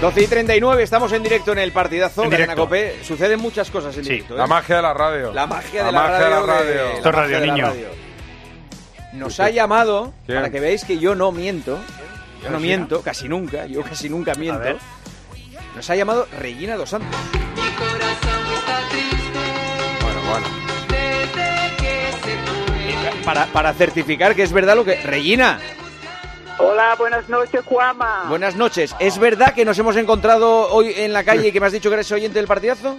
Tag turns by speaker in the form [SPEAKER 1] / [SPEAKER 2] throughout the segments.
[SPEAKER 1] Doce y 39, estamos en directo en el partidazo
[SPEAKER 2] En
[SPEAKER 1] Cadena
[SPEAKER 2] directo.
[SPEAKER 1] Cope. Suceden muchas cosas en directo. ¿eh?
[SPEAKER 3] La magia de la radio.
[SPEAKER 1] La magia de
[SPEAKER 3] La
[SPEAKER 1] la,
[SPEAKER 3] magia de
[SPEAKER 1] radio. de-
[SPEAKER 3] la radio.
[SPEAKER 1] la
[SPEAKER 2] Esto es
[SPEAKER 1] magia
[SPEAKER 2] radio,
[SPEAKER 1] de la
[SPEAKER 2] niño.
[SPEAKER 1] Nos ha llamado,
[SPEAKER 3] ¿Quién?
[SPEAKER 1] para que veáis que yo no miento, yo no
[SPEAKER 3] Regina.
[SPEAKER 1] miento, casi nunca, yo casi nunca miento.
[SPEAKER 2] ver.
[SPEAKER 1] Nos ha llamado Regina Dos Santos.
[SPEAKER 3] Bueno, bueno.
[SPEAKER 1] Para, para certificar que es verdad lo que... Regina,
[SPEAKER 4] Hola, buenas noches, Cuama.
[SPEAKER 1] buenas noches. ¿Es verdad que nos hemos encontrado hoy en la calle y que me has dicho que eres oyente del partidazo?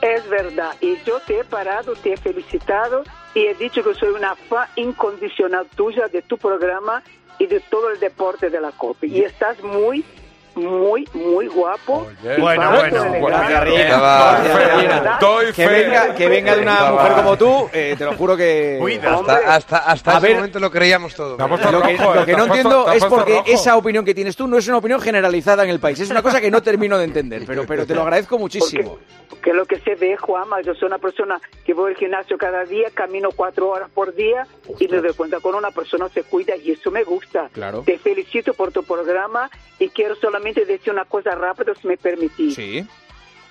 [SPEAKER 4] Es verdad, y yo te he parado, te he felicitado y he dicho que soy una fan incondicional tuya de tu programa y de todo el deporte de la COPE. Y estás muy, muy, muy guapo.
[SPEAKER 3] Oye.
[SPEAKER 4] y
[SPEAKER 2] Bueno,
[SPEAKER 4] vas
[SPEAKER 2] bueno,
[SPEAKER 4] con
[SPEAKER 3] bueno,
[SPEAKER 4] elegancia.
[SPEAKER 1] qué rico.
[SPEAKER 4] Va,
[SPEAKER 1] Doy
[SPEAKER 4] la
[SPEAKER 1] fe,
[SPEAKER 4] verdad,
[SPEAKER 3] doy
[SPEAKER 1] Que
[SPEAKER 3] Fe.
[SPEAKER 1] venga, que venga de una
[SPEAKER 5] Venga,
[SPEAKER 1] mujer
[SPEAKER 5] va.
[SPEAKER 1] como tú, eh, te lo juro que...
[SPEAKER 2] Cuida.
[SPEAKER 4] Hombre,
[SPEAKER 5] Hasta, hasta, hasta
[SPEAKER 1] A
[SPEAKER 5] ese
[SPEAKER 1] ver.
[SPEAKER 5] momento lo creíamos todo.
[SPEAKER 3] Te ha puesto
[SPEAKER 1] Lo que,
[SPEAKER 3] rojo, eh,
[SPEAKER 1] lo que
[SPEAKER 3] te
[SPEAKER 1] no
[SPEAKER 3] ha puesto-
[SPEAKER 1] entiendo
[SPEAKER 3] te ha
[SPEAKER 1] es
[SPEAKER 3] puesto
[SPEAKER 1] porque
[SPEAKER 3] rojo.
[SPEAKER 1] esa opinión que tienes tú no es una opinión generalizada en el país. Es una cosa que no termino de entender, pero, pero te lo agradezco muchísimo.
[SPEAKER 4] Porque lo que se ve, Juanma, yo soy una persona que voy al gimnasio cada día, camino cuatro horas por día y me doy cuenta con una persona se cuida y eso me gusta.
[SPEAKER 1] Claro.
[SPEAKER 4] Te felicito por tu programa y quiero solamente decir una cosa rápida, si me permitís.
[SPEAKER 1] Sí.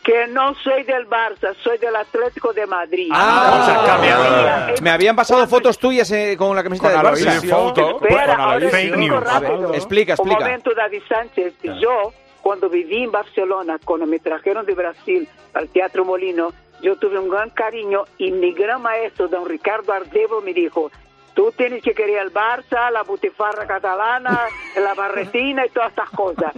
[SPEAKER 4] Que no soy del Barça, soy del Atlético de Madrid.
[SPEAKER 1] Ah,
[SPEAKER 2] o sea,
[SPEAKER 3] cambiado.
[SPEAKER 4] Mira,
[SPEAKER 1] Me habían pasado fotos tuyas eh, con la camiseta
[SPEAKER 2] Ah. Con Alois.
[SPEAKER 1] del Barça.
[SPEAKER 3] Sí, foto.
[SPEAKER 4] Espera,
[SPEAKER 2] Pues Con
[SPEAKER 4] ahora
[SPEAKER 2] Alois.
[SPEAKER 4] explico
[SPEAKER 2] Fake news.
[SPEAKER 4] rápido.
[SPEAKER 1] A ver, explica, explica.
[SPEAKER 4] Un momento, David Sánchez. Yo, cuando viví en Barcelona, cuando me trajeron de Brasil al Teatro Molino, yo tuve un gran cariño y mi gran maestro, don Ricardo Ardebo, me dijo, tú tienes que querer el Barça, la butifarra catalana, la barretina y todas estas cosas.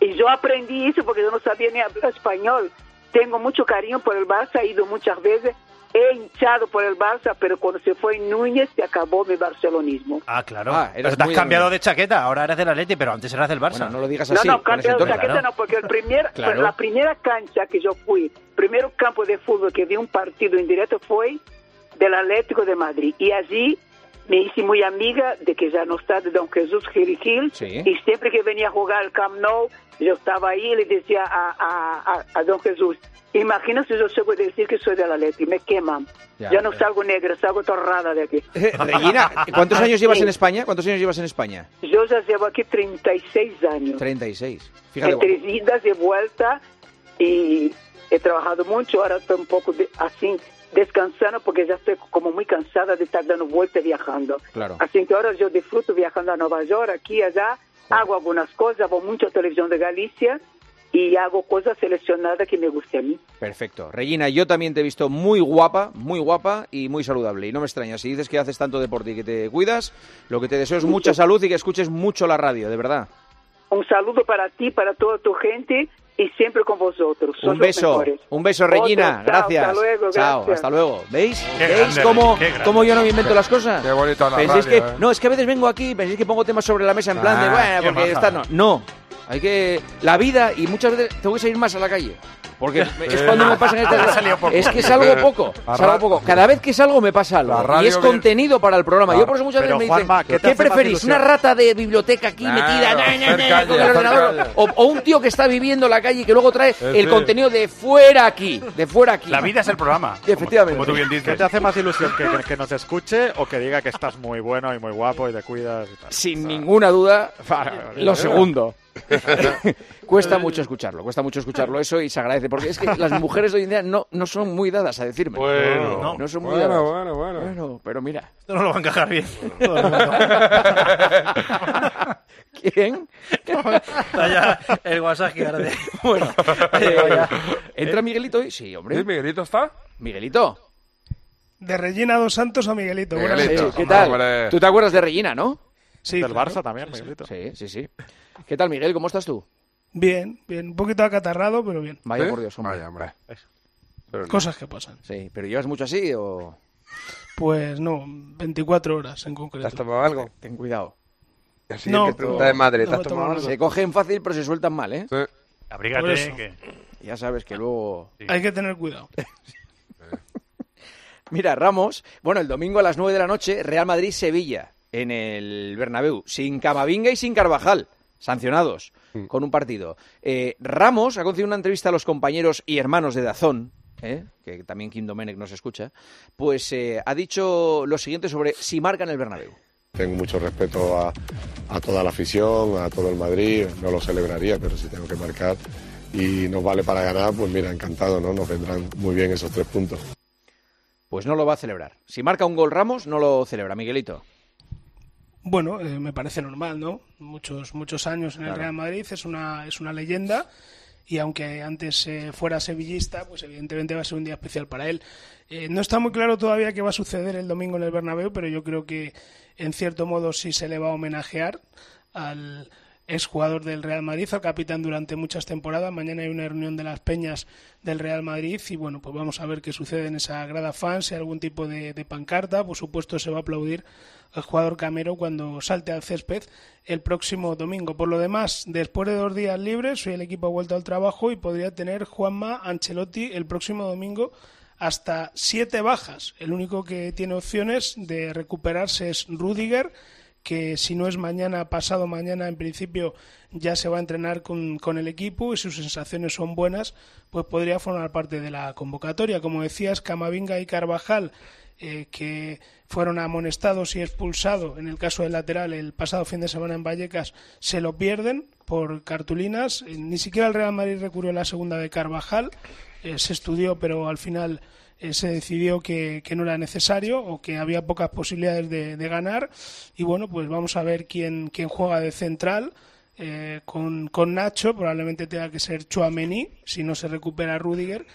[SPEAKER 4] Y yo aprendí eso porque yo no sabía ni hablar español. Tengo mucho cariño por el Barça, he ido muchas veces, he hinchado por el Barça, pero cuando se fue Núñez se acabó mi barcelonismo.
[SPEAKER 2] Ah, claro.
[SPEAKER 1] Ah, eres
[SPEAKER 2] pero te has
[SPEAKER 1] muy
[SPEAKER 2] cambiado
[SPEAKER 1] del-
[SPEAKER 2] de chaqueta. Ahora eres del Atleti, pero antes eras del Barça.
[SPEAKER 1] Bueno, no lo digas
[SPEAKER 4] No,
[SPEAKER 1] así.
[SPEAKER 4] no,
[SPEAKER 1] con ese
[SPEAKER 4] cambio de
[SPEAKER 1] tono.
[SPEAKER 4] chaqueta no, porque el primer,
[SPEAKER 1] Claro.
[SPEAKER 4] la primera cancha que yo fui, primero campo de fútbol que vi un partido en directo fue del Atlético de Madrid. Y allí me hice muy amiga de que ya no está de Don Jesús Gil Gil.
[SPEAKER 1] Sí.
[SPEAKER 4] Y siempre que venía a jugar al Camp Nou, yo estaba ahí y le decía a, a- a- a Don Jesús, imagina si yo llego a decir que soy del Atlético, me queman.
[SPEAKER 1] Ya,
[SPEAKER 4] Ya, no salgo negra, salgo torrada de aquí.
[SPEAKER 1] Regina, ¿cuántos años llevas
[SPEAKER 4] Sí.
[SPEAKER 1] en España? ¿Cuántos años llevas en España?
[SPEAKER 4] Yo ya llevo aquí 36 años.
[SPEAKER 1] 36. Fíjate.
[SPEAKER 4] entre
[SPEAKER 1] guapo.
[SPEAKER 4] idas y vueltas y he trabajado mucho, ahora estoy un poco de- así descansando porque ya estoy como muy cansada de estar dando vueltas viajando.
[SPEAKER 1] Claro.
[SPEAKER 4] Así que ahora yo disfruto viajando a Nueva York, aquí, allá,
[SPEAKER 1] Ah.
[SPEAKER 4] hago algunas cosas, hago mucho televisión de Galicia y hago cosas seleccionadas que me gusten a mí.
[SPEAKER 1] Perfecto. Regina, yo también te he visto muy guapa, muy guapa y muy saludable. Y no me extraña, si dices que haces tanto deporte y que te cuidas, lo que te deseo es mucha salud y que escuches mucho la radio, de verdad.
[SPEAKER 4] Un saludo para ti, para toda tu gente y siempre con vosotros. Sois
[SPEAKER 1] Un
[SPEAKER 4] los
[SPEAKER 1] beso,
[SPEAKER 4] mejores.
[SPEAKER 1] un beso Regina,
[SPEAKER 4] Otro, chao,
[SPEAKER 1] gracias.
[SPEAKER 4] Hasta luego,
[SPEAKER 1] Chao,
[SPEAKER 4] gracias.
[SPEAKER 1] hasta luego. ¿Veis?
[SPEAKER 2] Qué
[SPEAKER 1] ¿Veis
[SPEAKER 2] grande,
[SPEAKER 1] cómo,
[SPEAKER 2] qué grande.
[SPEAKER 1] cómo yo no me invento las cosas?
[SPEAKER 3] Qué bonito la
[SPEAKER 1] Pensáis
[SPEAKER 3] radio,
[SPEAKER 1] que
[SPEAKER 3] eh.
[SPEAKER 1] no, es que a veces vengo aquí, y pensáis que pongo temas sobre la mesa en plan de,
[SPEAKER 3] Ah,
[SPEAKER 1] bueno,
[SPEAKER 2] qué
[SPEAKER 1] porque
[SPEAKER 2] maja.
[SPEAKER 1] está no, no. Hay que la vida y muchas veces tengo que salir más a la calle. Porque es cuando me pasan estas
[SPEAKER 2] Ha salido poco.
[SPEAKER 1] Es que salgo poco,
[SPEAKER 3] La
[SPEAKER 1] salgo
[SPEAKER 3] ra-
[SPEAKER 1] poco. Cada vez que salgo me pasa
[SPEAKER 3] La
[SPEAKER 1] algo. Y
[SPEAKER 3] radio
[SPEAKER 1] es
[SPEAKER 3] bien-
[SPEAKER 1] contenido para el programa. Yo por eso muchas
[SPEAKER 2] Pero,
[SPEAKER 1] veces me dicen,
[SPEAKER 2] Juanma, ¿qué te hace más
[SPEAKER 1] preferís?
[SPEAKER 2] ilusión?
[SPEAKER 1] ¿Una rata de biblioteca aquí
[SPEAKER 3] Claro,
[SPEAKER 1] metida na, na,
[SPEAKER 3] hacer
[SPEAKER 1] na,
[SPEAKER 3] calle,
[SPEAKER 1] con el
[SPEAKER 3] hacer
[SPEAKER 1] ordenador?
[SPEAKER 3] calle.
[SPEAKER 1] O, o un tío que está viviendo en la calle y que luego trae el
[SPEAKER 3] sí.
[SPEAKER 1] contenido de fuera aquí, de fuera aquí.
[SPEAKER 2] La vida es el programa.
[SPEAKER 1] Sí, efectivamente.
[SPEAKER 2] Como, como tú bien
[SPEAKER 6] ¿Qué
[SPEAKER 2] dices.
[SPEAKER 6] te hace más ilusión que, que- que nos escuche o que diga que estás muy bueno y muy guapo y te cuidas y tal?
[SPEAKER 1] Sin ninguna duda,
[SPEAKER 6] Para-
[SPEAKER 1] lo segundo. cuesta mucho escucharlo, cuesta mucho escucharlo eso y se agradece, porque es que las mujeres de hoy en día no, no son muy dadas a decirme.
[SPEAKER 3] Bueno.
[SPEAKER 1] no, son muy
[SPEAKER 3] Bueno,
[SPEAKER 1] dadas.
[SPEAKER 3] bueno, bueno.
[SPEAKER 1] Bueno, pero mira.
[SPEAKER 2] Esto no lo va a encajar bien.
[SPEAKER 1] ¿Quién?
[SPEAKER 2] Está ya el WhatsApp que arde.
[SPEAKER 1] Bueno, eh, ¿entra Miguelito hoy? Sí, hombre.
[SPEAKER 3] ¿Sí, Miguelito está?
[SPEAKER 1] Miguelito.
[SPEAKER 7] De Regina Dos Santos a Miguelito. Buenas
[SPEAKER 3] Miguelito.
[SPEAKER 7] noches.
[SPEAKER 1] Sí, ¿Qué tal?
[SPEAKER 3] Hombre.
[SPEAKER 1] ¿Tú te acuerdas de Regina, no?
[SPEAKER 7] Sí,
[SPEAKER 6] Del
[SPEAKER 7] claro.
[SPEAKER 6] Barça también, Miguelito.
[SPEAKER 1] Sí, sí, sí. ¿Qué tal, Miguel? ¿Cómo estás tú?
[SPEAKER 7] Bien, bien. Un poquito acatarrado, pero bien.
[SPEAKER 1] Vaya
[SPEAKER 3] ¿Sí?
[SPEAKER 1] por Dios, hombre.
[SPEAKER 3] Vaya, hombre.
[SPEAKER 7] Cosas que pasan.
[SPEAKER 1] Sí, pero llevas mucho así o
[SPEAKER 7] Pues no, 24 horas en
[SPEAKER 5] ¿Te has
[SPEAKER 7] concreto.
[SPEAKER 5] tomado algo?
[SPEAKER 1] ten cuidado.
[SPEAKER 5] Así
[SPEAKER 7] No,
[SPEAKER 5] que te da de madre. ¿Te has
[SPEAKER 7] no,
[SPEAKER 5] tomado
[SPEAKER 7] toma,
[SPEAKER 5] algo?
[SPEAKER 1] Se cogen fácil, pero se sueltan mal, ¿eh?
[SPEAKER 5] Sí.
[SPEAKER 7] Por
[SPEAKER 8] Abrígate,
[SPEAKER 7] eso.
[SPEAKER 8] que...
[SPEAKER 1] Ya sabes que luego...
[SPEAKER 7] Hay que tener cuidado.
[SPEAKER 1] Mira, Ramos, bueno, el domingo a las 9 de la noche, Real Madrid-Sevilla, en el Bernabéu, sin Camavinga y sin Carvajal, sancionados con un partido. Eh, Ramos ha concedido una entrevista a los compañeros y hermanos de Dazón, ¿eh? que también Kim Domenech nos escucha, pues eh, ha dicho lo siguiente sobre si marcan el Bernabéu.
[SPEAKER 9] Tengo mucho respeto a, a toda la afición, a todo el Madrid, no lo celebraría, pero si tengo que marcar y nos vale para ganar, pues mira, encantado, ¿no? Nos vendrán muy bien esos tres puntos.
[SPEAKER 1] Pues no lo va a celebrar. Si marca un gol Ramos, no lo celebra, Miguelito.
[SPEAKER 7] Bueno, eh, me parece normal, ¿no? Muchos, muchos años en el
[SPEAKER 1] Claro.
[SPEAKER 7] Real Madrid, es una, es una leyenda. Y aunque antes eh, fuera sevillista, pues evidentemente va a ser un día especial para él. Eh, no está muy claro todavía qué va a suceder el domingo en el Bernabéu, pero yo creo que en cierto modo sí se le va a homenajear al exjugador del Real Madrid, al capitán durante muchas temporadas. Mañana hay una reunión de las peñas del Real Madrid y bueno, pues vamos a ver qué sucede en esa grada fan, si hay algún tipo de, de pancarta. Por supuesto se va a aplaudir al jugador Camero cuando salte al césped el próximo domingo. Por lo demás, después de dos días libres, hoy el equipo ha vuelto al trabajo y podría tener Juanma Ancelotti el próximo domingo hasta siete bajas. El único que tiene opciones de recuperarse es Rudiger, que si no es mañana, pasado mañana, en principio ya se va a entrenar con, con el equipo y sus sensaciones son buenas, pues podría formar parte de la convocatoria. Como decías, Camavinga y Carvajal, eh, que fueron amonestados y expulsados, en el caso del lateral, el pasado fin de semana en Vallecas, se lo pierden por cartulinas. Eh, Ni siquiera el Real Madrid recurrió a la segunda de Carvajal, eh, se estudió, pero al final eh, se decidió que, que no era necesario o que había pocas posibilidades de, de ganar. Y bueno, pues vamos a ver quién, quién juega de central. eh, con, con Nacho probablemente tenga que ser Chuamení si no se recupera Rudiger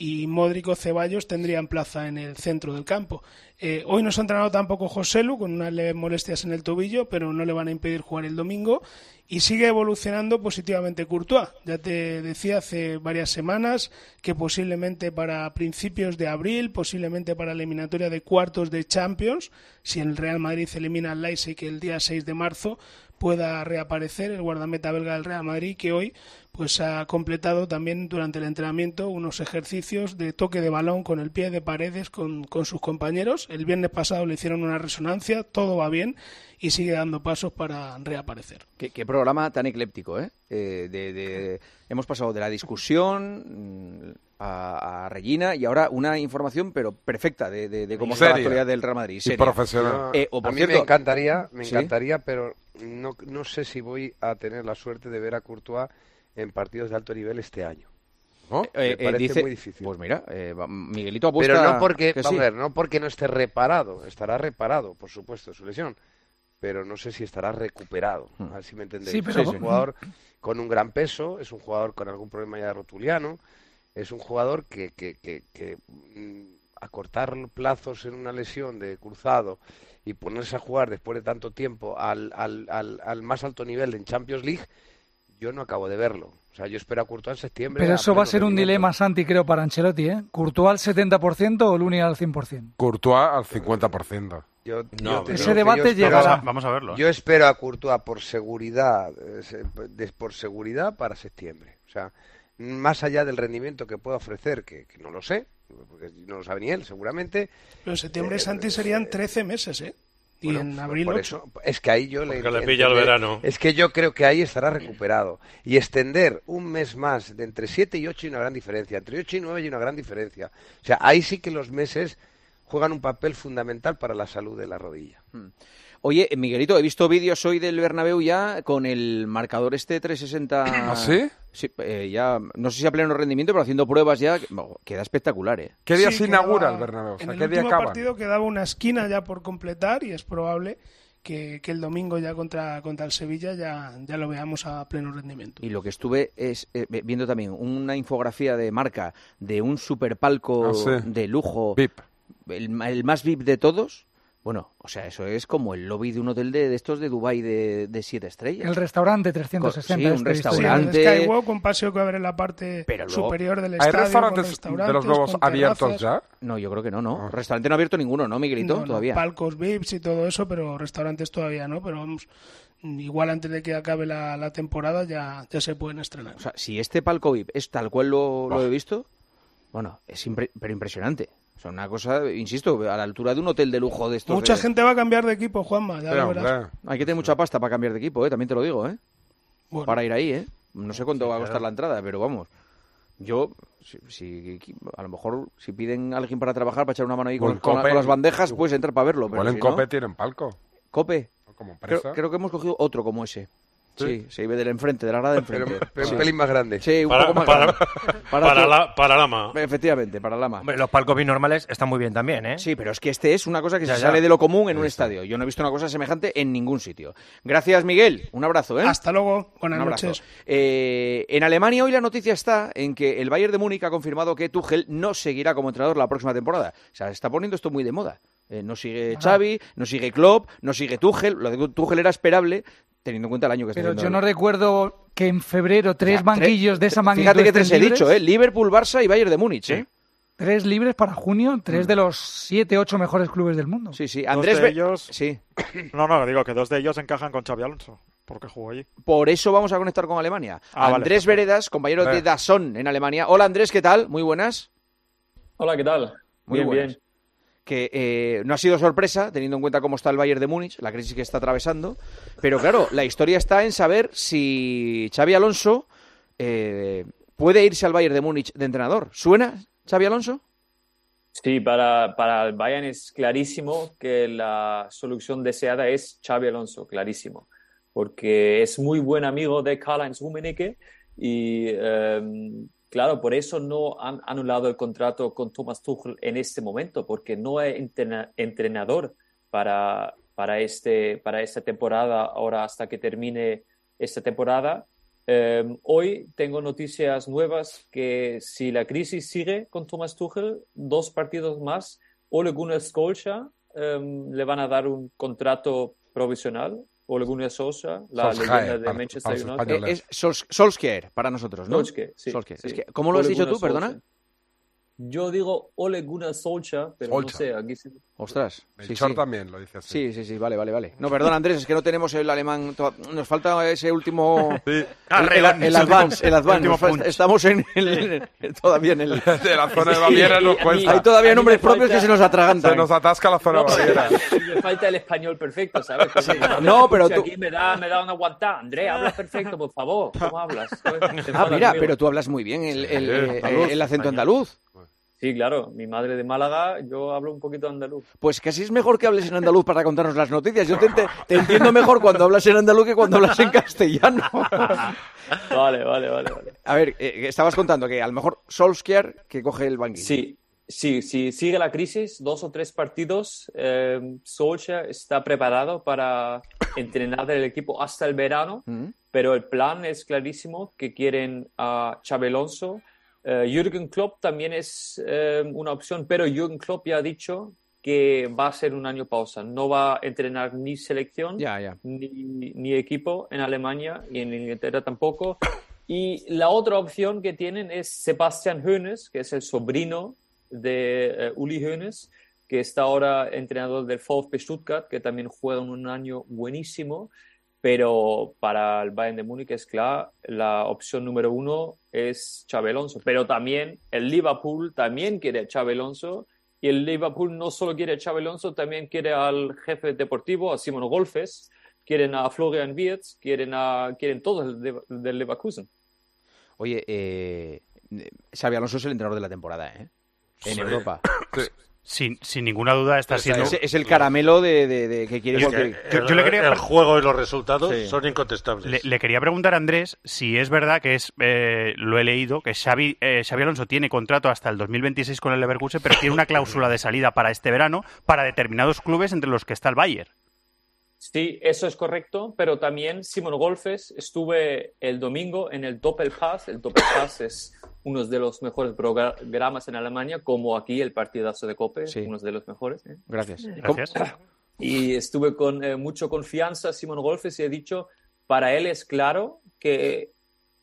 [SPEAKER 7] y Módrico Ceballos tendrían plaza en el centro del campo. Eh, hoy no se ha entrenado tampoco Joselu con unas leves molestias en el tobillo, pero no le van a impedir jugar el domingo. Y sigue evolucionando positivamente Courtois. Ya te decía hace varias semanas que posiblemente para principios de abril, posiblemente para la eliminatoria de cuartos de Champions, si el Real Madrid elimina al Leipzig el día 6 de marzo, pueda reaparecer el guardameta belga del Real Madrid que hoy pues ha completado también durante el entrenamiento unos ejercicios de toque de balón con el pie de paredes con, con sus compañeros. El viernes pasado le hicieron una resonancia, todo va bien y sigue dando pasos para reaparecer.
[SPEAKER 1] Qué, qué programa tan ecléptico, ¿eh? Eh, de- de- hemos pasado de la discusión mm, a, a Regina y ahora una información, pero perfecta, de, de- de cómo está la
[SPEAKER 5] Seria.
[SPEAKER 1] actualidad del Real Madrid.
[SPEAKER 5] Y
[SPEAKER 1] seria.
[SPEAKER 5] profesional.
[SPEAKER 1] Eh, o
[SPEAKER 5] a
[SPEAKER 1] por
[SPEAKER 5] mí
[SPEAKER 1] cierto-
[SPEAKER 5] me encantaría, me
[SPEAKER 1] Sí.
[SPEAKER 5] encantaría, pero no, no sé si voy a tener la suerte de ver a Courtois en partidos de alto nivel este año. ¿No?
[SPEAKER 1] Eh, eh,
[SPEAKER 5] me parece
[SPEAKER 1] dice-
[SPEAKER 5] muy difícil.
[SPEAKER 1] Pues mira, eh, va- Miguelito apuesta.
[SPEAKER 5] Pero no porque,
[SPEAKER 1] que
[SPEAKER 5] vamos
[SPEAKER 1] sí.
[SPEAKER 5] a ver, no porque no esté reparado, estará reparado, por supuesto, su lesión, pero no sé si estará recuperado,
[SPEAKER 1] Hmm.
[SPEAKER 5] así me entendéis.
[SPEAKER 7] Sí, pero-
[SPEAKER 5] es un jugador con un gran peso, es un jugador con algún problema ya rotuliano, es un jugador que, que, que- que, mm, acortar plazos en una lesión de cruzado y ponerse a jugar después de tanto tiempo al, al, al, al más alto nivel en Champions League, yo no acabo de verlo. O sea, yo espero a Courtois en septiembre.
[SPEAKER 10] Pero eso va a
[SPEAKER 5] pleno
[SPEAKER 10] ser un
[SPEAKER 5] rendimiento.
[SPEAKER 10] dilema, Santi, creo, para Ancelotti, ¿eh? ¿Courtois al 70% o Luni al 100%?
[SPEAKER 11] Courtois al 50%.
[SPEAKER 5] Yo-
[SPEAKER 11] No,
[SPEAKER 5] yo te
[SPEAKER 10] Ese
[SPEAKER 5] digo que
[SPEAKER 10] debate
[SPEAKER 5] yo espero-
[SPEAKER 10] llegará.
[SPEAKER 8] Vamos a verlo, ¿eh?
[SPEAKER 5] Yo espero a Courtois por seguridad, eh, se- de- por seguridad para septiembre. O sea, más allá del rendimiento que pueda ofrecer, que, que no lo sé, porque no lo sabe ni él, seguramente.
[SPEAKER 7] Pero en septiembre, Santi, serían 13 meses, ¿eh? Y
[SPEAKER 5] bueno,
[SPEAKER 7] en
[SPEAKER 5] por-
[SPEAKER 7] abril
[SPEAKER 5] por
[SPEAKER 7] ocho.
[SPEAKER 5] eso, es que ahí yo le,
[SPEAKER 12] Porque le pilla el
[SPEAKER 5] entenderé-
[SPEAKER 12] verano.
[SPEAKER 5] Es que yo creo que ahí estará recuperado. Y extender un mes más de entre 7 y 8 hay una gran diferencia. Entre 8 y 9 hay una gran diferencia. O sea, ahí sí que los meses juegan un papel fundamental para la salud de la rodilla.
[SPEAKER 10] Hmm.
[SPEAKER 1] Oye, eh, Miguelito, he visto vídeos hoy del Bernabéu ya con el marcador este 360.
[SPEAKER 11] ¿Ah, sí?
[SPEAKER 1] Sí, eh, ya, no sé si a pleno rendimiento, pero haciendo pruebas ya. bueno, Queda espectacular, ¿eh?
[SPEAKER 11] ¿Qué día
[SPEAKER 7] Sí,
[SPEAKER 11] se
[SPEAKER 7] quedaba-
[SPEAKER 11] inaugura el Bernabéu? O sea,
[SPEAKER 7] en el
[SPEAKER 11] ¿qué día
[SPEAKER 7] último
[SPEAKER 11] acaban?
[SPEAKER 7] partido quedaba una esquina ya por completar y es probable que, que el domingo ya contra, contra el Sevilla ya, ya lo veamos a pleno rendimiento.
[SPEAKER 1] Y lo que estuve es eh, ve- viendo también una infografía de marca de un superpalco
[SPEAKER 11] Ah, sí.
[SPEAKER 1] de lujo. El, ma- el más VIP de todos. Bueno, o sea, eso es como el lobby de un hotel de, de estos de Dubai de, de siete estrellas.
[SPEAKER 10] El restaurante
[SPEAKER 1] Sí,
[SPEAKER 10] 360.
[SPEAKER 1] un
[SPEAKER 10] este visto.
[SPEAKER 7] Sí,
[SPEAKER 1] restaurante.
[SPEAKER 7] el Skywalk con paseo que abre en la parte
[SPEAKER 1] luego-
[SPEAKER 7] superior del
[SPEAKER 11] ¿Hay
[SPEAKER 7] estadio. con
[SPEAKER 11] restaurantes de los globos
[SPEAKER 7] con
[SPEAKER 11] abiertos
[SPEAKER 7] terrazas.
[SPEAKER 11] ya? Ah.
[SPEAKER 1] No, yo creo que no, no. Restaurante no ha abierto ninguno, ¿no, Miguelito?
[SPEAKER 7] No, no,
[SPEAKER 1] Todavía.
[SPEAKER 7] palcos VIPs y todo eso, pero restaurantes todavía no. Pero vamos, igual antes de que acabe la, la temporada ya, ya se pueden estrenar.
[SPEAKER 1] O sea, si este palco VIP es tal cual lo, lo he visto, bueno, es impre- pero impresionante. O sea, una cosa, insisto, a la altura de un hotel de lujo de estos.
[SPEAKER 7] Mucha
[SPEAKER 1] de-
[SPEAKER 7] gente va a cambiar de equipo, Juanma, ya lo verás.
[SPEAKER 1] Hay que tener mucha pasta para cambiar de equipo, ¿eh? también te lo digo, ¿eh?
[SPEAKER 7] Bueno.
[SPEAKER 1] Para ir ahí, ¿eh? No sé cuánto va a costar la entrada, pero vamos. Yo, si, si- a lo mejor, si piden a alguien para trabajar, para echar una mano ahí
[SPEAKER 11] O
[SPEAKER 1] con,
[SPEAKER 11] en
[SPEAKER 1] con la-
[SPEAKER 11] Cope.
[SPEAKER 1] con las bandejas, puedes entrar para verlo.
[SPEAKER 11] Igual
[SPEAKER 1] Pero
[SPEAKER 11] en
[SPEAKER 1] si no-
[SPEAKER 11] Cope tienen palco.
[SPEAKER 1] Cope.
[SPEAKER 11] Como
[SPEAKER 1] Creo,
[SPEAKER 11] empresa.
[SPEAKER 1] creo que hemos cogido otro como ese. Sí,
[SPEAKER 11] Sí.
[SPEAKER 1] sí, ve del enfrente, de la grada de enfrente.
[SPEAKER 5] pero un
[SPEAKER 1] Sí.
[SPEAKER 5] pelín más grande.
[SPEAKER 1] Sí, un
[SPEAKER 8] Para-
[SPEAKER 1] poco más
[SPEAKER 8] para-
[SPEAKER 1] grande.
[SPEAKER 8] para
[SPEAKER 1] tu-
[SPEAKER 8] la- para Lama.
[SPEAKER 1] Efectivamente, para Lama.
[SPEAKER 8] Hombre, los palcos normales están muy bien también, ¿eh?
[SPEAKER 1] Sí, pero es que este es una cosa que
[SPEAKER 8] Ya,
[SPEAKER 1] se
[SPEAKER 8] ya.
[SPEAKER 1] sale de lo común en un estadio. Yo no he visto una cosa semejante en ningún sitio. Gracias, Miguel. Un abrazo, ¿eh?
[SPEAKER 7] Hasta luego. Buenas
[SPEAKER 1] Un abrazo.
[SPEAKER 7] noches.
[SPEAKER 1] Eh, en Alemania hoy la noticia está en que el Bayern de Múnich ha confirmado que Tuchel no seguirá como entrenador la próxima temporada. O sea, está poniendo esto muy de moda. Eh, no sigue
[SPEAKER 7] Ah.
[SPEAKER 10] Ajá.
[SPEAKER 1] Xavi, no sigue Klopp, no sigue Tuchel. Lo de Tuchel era esperable teniendo en cuenta el año que está
[SPEAKER 10] Pero
[SPEAKER 1] haciendo
[SPEAKER 10] yo
[SPEAKER 1] el-
[SPEAKER 10] no recuerdo que en febrero tres
[SPEAKER 1] Tre-
[SPEAKER 10] banquillos de esa magnitud.
[SPEAKER 1] Fíjate que tres
[SPEAKER 10] estén
[SPEAKER 1] he dicho, ¿eh?
[SPEAKER 10] libres.
[SPEAKER 1] Liverpool, Barça y Bayern de Múnich, ¿eh?
[SPEAKER 10] Tres libres para junio, tres
[SPEAKER 1] Mm.
[SPEAKER 10] de los siete, ocho mejores clubes del mundo.
[SPEAKER 1] Sí, sí.
[SPEAKER 13] Dos
[SPEAKER 1] Andrés
[SPEAKER 13] de
[SPEAKER 1] Be-
[SPEAKER 13] ellos-
[SPEAKER 1] Sí.
[SPEAKER 13] No, no, digo que dos de ellos encajan con Xavi Alonso, porque jugó allí.
[SPEAKER 1] Por eso vamos a conectar con Alemania.
[SPEAKER 13] Ah, vale,
[SPEAKER 1] Andrés
[SPEAKER 13] perfecto.
[SPEAKER 1] Veredas, compañero de
[SPEAKER 13] Vale.
[SPEAKER 1] Dazón en Alemania. Hola Andrés, ¿qué tal? Muy buenas.
[SPEAKER 12] Hola, ¿qué tal?
[SPEAKER 1] Muy
[SPEAKER 12] bien,
[SPEAKER 1] buenas.
[SPEAKER 12] bien.
[SPEAKER 1] Que eh, no ha sido sorpresa, teniendo en cuenta cómo está el Bayern de Múnich, la crisis que está atravesando. Pero claro, la historia está en saber si Xavi Alonso eh, puede irse al Bayern de Múnich de entrenador. ¿Suena Xavi Alonso?
[SPEAKER 12] Sí, para, para el Bayern es clarísimo que la solución deseada es Xavi Alonso, clarísimo, porque es muy buen amigo de Karl-Heinz Rummenigge y eh, claro, por eso no han anulado el contrato con Thomas Tuchel en este momento, porque no es entrena- entrenador para, para, este, para esta temporada, ahora hasta que termine esta temporada. Eh, hoy tengo noticias nuevas que si la crisis sigue con Thomas Tuchel, dos partidos más, Ole Gunnar Solskjaer eh, le van a dar un contrato provisional. Ole Gunnar Solskjaer, la
[SPEAKER 1] Solskjaer,
[SPEAKER 12] leyenda de
[SPEAKER 1] para-
[SPEAKER 12] Manchester
[SPEAKER 1] para los
[SPEAKER 12] United.
[SPEAKER 1] españoles. Eh, es Sols- Solskjaer para nosotros, ¿no?
[SPEAKER 12] Solskjaer, sí,
[SPEAKER 1] Solskjaer.
[SPEAKER 12] sí.
[SPEAKER 1] Es que, ¿Cómo lo has
[SPEAKER 12] Ole
[SPEAKER 1] dicho tú,
[SPEAKER 12] Gunnar
[SPEAKER 1] perdona?
[SPEAKER 12] Solskjaer. Yo digo Ole Gunnar Solskjaer, pero
[SPEAKER 1] Solskjaer.
[SPEAKER 12] no sé, aquí se-
[SPEAKER 1] Ostras.
[SPEAKER 12] El
[SPEAKER 1] sí,
[SPEAKER 12] Chor
[SPEAKER 1] sí.
[SPEAKER 12] también lo dice así.
[SPEAKER 1] Sí, sí, sí, vale, vale, vale. No, perdón, Andrés, es que no tenemos el alemán. to- Nos falta ese último. El, el,
[SPEAKER 11] Arregla-
[SPEAKER 1] el advance, el advance.
[SPEAKER 11] Último
[SPEAKER 1] Nos falta-
[SPEAKER 11] punch.
[SPEAKER 1] estamos en el- todavía en el.
[SPEAKER 11] De la zona de Baviera nos cuesta.
[SPEAKER 1] Hay todavía nombres propios
[SPEAKER 12] falta-
[SPEAKER 1] que se nos atragantan.
[SPEAKER 11] Se nos atasca la zona de Baviera.
[SPEAKER 12] me falta el español perfecto, ¿sabes?
[SPEAKER 1] No, pero
[SPEAKER 12] Escucha,
[SPEAKER 1] tú-
[SPEAKER 12] Aquí me da, me da una aguantada. André, hablas perfecto, por favor. ¿Cómo hablas?
[SPEAKER 1] Ah, mira, pero tú hablas muy bien el, el- eh,
[SPEAKER 12] andaluz,
[SPEAKER 1] el
[SPEAKER 12] español.
[SPEAKER 1] acento andaluz.
[SPEAKER 12] Sí, claro, mi madre de Málaga, yo hablo un poquito andaluz.
[SPEAKER 1] Pues casi es mejor que hables en andaluz para contarnos las noticias. Yo te, ente- te entiendo mejor cuando hablas en andaluz que cuando hablas en castellano.
[SPEAKER 12] Vale, vale, vale. vale.
[SPEAKER 1] A ver, eh, estabas contando que a lo mejor Solskjaer que coge el banquillo.
[SPEAKER 12] Sí, sí, sí, sigue la crisis, dos o tres partidos. Eh, Solskjaer está preparado para entrenar el equipo hasta el verano.
[SPEAKER 1] Mm.
[SPEAKER 12] pero el plan es clarísimo que quieren a Xabi Alonso. Eh, Jürgen Klopp también es eh, una opción, pero Jürgen Klopp ya ha dicho que va a ser un año pausa. No va a entrenar ni selección
[SPEAKER 1] Ya, ya.
[SPEAKER 12] Ni, ni equipo en Alemania y en Inglaterra tampoco. Y la otra opción que tienen es Sebastian Hoeneß, que es el sobrino de eh, Uli Hoeneß, que está ahora entrenador del VfB Stuttgart, que también juega en un año buenísimo. Pero para el Bayern de Múnich es claro, la opción número uno es Xabi Alonso. Pero también el Liverpool también quiere a Xabi Alonso. Y el Liverpool no solo quiere a Xabi Alonso, también quiere al jefe deportivo, a Simon Golfes. Quieren a Florian Wirtz, quieren, a, quieren todos del Leva- del Leverkusen.
[SPEAKER 1] Oye, eh, Xabi Alonso es el entrenador de la temporada, ¿eh? En
[SPEAKER 8] Sí.
[SPEAKER 1] Europa.
[SPEAKER 8] Sin, sin ninguna duda está
[SPEAKER 1] O sea,
[SPEAKER 8] siendo...
[SPEAKER 1] es, es el caramelo de, de- de- que quiere
[SPEAKER 14] Yo-
[SPEAKER 1] cualquier-
[SPEAKER 14] yo- yo le quería- el juego y los resultados son
[SPEAKER 1] Pues
[SPEAKER 14] incontestables.
[SPEAKER 8] Le, le quería preguntar a Andrés si es verdad que es eh, lo he leído, que Xavi, eh, Xavi Alonso tiene contrato hasta el 2026 con el Leverkusen, pero tiene una cláusula de salida para este verano para determinados clubes entre los que está el Bayern.
[SPEAKER 12] Sí, eso es correcto, pero también Simon Golfes estuve el domingo en el Doppelpass. El Doppelpass es uno de los mejores progra- programas en Alemania, como aquí el partidazo de Cope, uno de los mejores. ¿eh?
[SPEAKER 1] Gracias.
[SPEAKER 12] Gracias. Y estuve con eh, mucha confianza Simon Golfes y he dicho, para él es claro que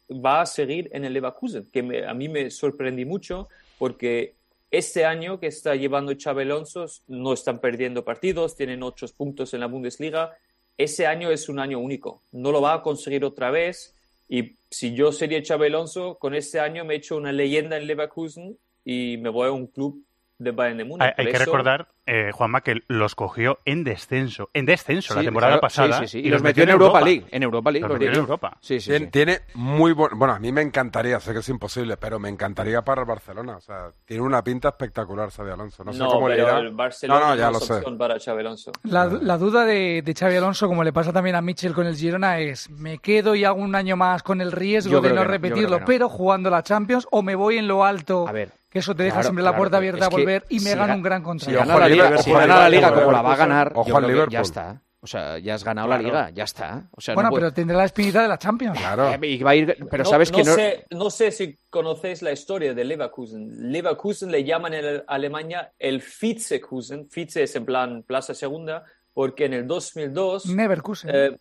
[SPEAKER 12] va a seguir en el Leverkusen, que me- a mí me sorprendí mucho porque este año que está llevando Xabi Alonso no están perdiendo partidos, tienen ocho puntos en la Bundesliga ese año es un año único. No lo va a conseguir otra vez. Y si yo sería Xabi Alonso, con ese año me he hecho una leyenda en Leverkusen y me voy a un club de Bayern de Múnich.
[SPEAKER 2] Hay, hay
[SPEAKER 12] Por
[SPEAKER 2] que
[SPEAKER 12] eso-
[SPEAKER 2] recordar, eh, Juanma, que los cogió en descenso. En descenso la
[SPEAKER 12] Sí,
[SPEAKER 2] temporada
[SPEAKER 12] claro,
[SPEAKER 2] pasada.
[SPEAKER 12] sí, sí, sí.
[SPEAKER 2] Y,
[SPEAKER 12] Y los metió en Europa
[SPEAKER 3] League,
[SPEAKER 1] En Europa League.
[SPEAKER 2] Los metió en Europa.
[SPEAKER 3] tiene, tiene muy bueno. Bueno, a mí me encantaría, sé que es imposible, pero me encantaría para el Barcelona. O sea, tiene una pinta espectacular, Xavi Alonso. No, sé cómo le
[SPEAKER 12] pero
[SPEAKER 3] irá.
[SPEAKER 12] el Barcelona
[SPEAKER 3] no, no, ya
[SPEAKER 12] es
[SPEAKER 3] lo sé.
[SPEAKER 12] opción para Xabi Alonso.
[SPEAKER 10] La, la duda de, de Xavi Alonso, como le pasa también a Mitchell con el Girona, es ¿me quedo y hago un año más con el
[SPEAKER 1] Yo
[SPEAKER 10] riesgo de no
[SPEAKER 1] creo que no, yo creo
[SPEAKER 10] repetirlo,
[SPEAKER 1] que no.
[SPEAKER 10] pero jugando la Champions, o me voy en lo alto, que eso te deja
[SPEAKER 1] Claro,
[SPEAKER 10] siempre la
[SPEAKER 1] claro,
[SPEAKER 10] puerta
[SPEAKER 1] pero
[SPEAKER 10] abierta a
[SPEAKER 1] es que
[SPEAKER 10] volver y me
[SPEAKER 1] si
[SPEAKER 10] gana
[SPEAKER 1] ga-
[SPEAKER 10] un gran contrato?
[SPEAKER 1] Si gana la liga, si gana la liga como la va a ganar, yo creo que ya está. O sea, ya has ganado la
[SPEAKER 12] Claro.
[SPEAKER 1] liga, ya está. O sea,
[SPEAKER 10] bueno,
[SPEAKER 1] no puede-
[SPEAKER 10] pero tendrá la espinita de la Champions.
[SPEAKER 1] Eh, y va a ir- pero
[SPEAKER 12] No-
[SPEAKER 1] sabes que no.
[SPEAKER 12] Sé, no sé si conocéis la historia de Leverkusen. Leverkusen le llaman en Alemania el Vizekusen. Vize es en plan plaza segunda, porque en el 2002
[SPEAKER 10] Neverkusen.
[SPEAKER 12] eh,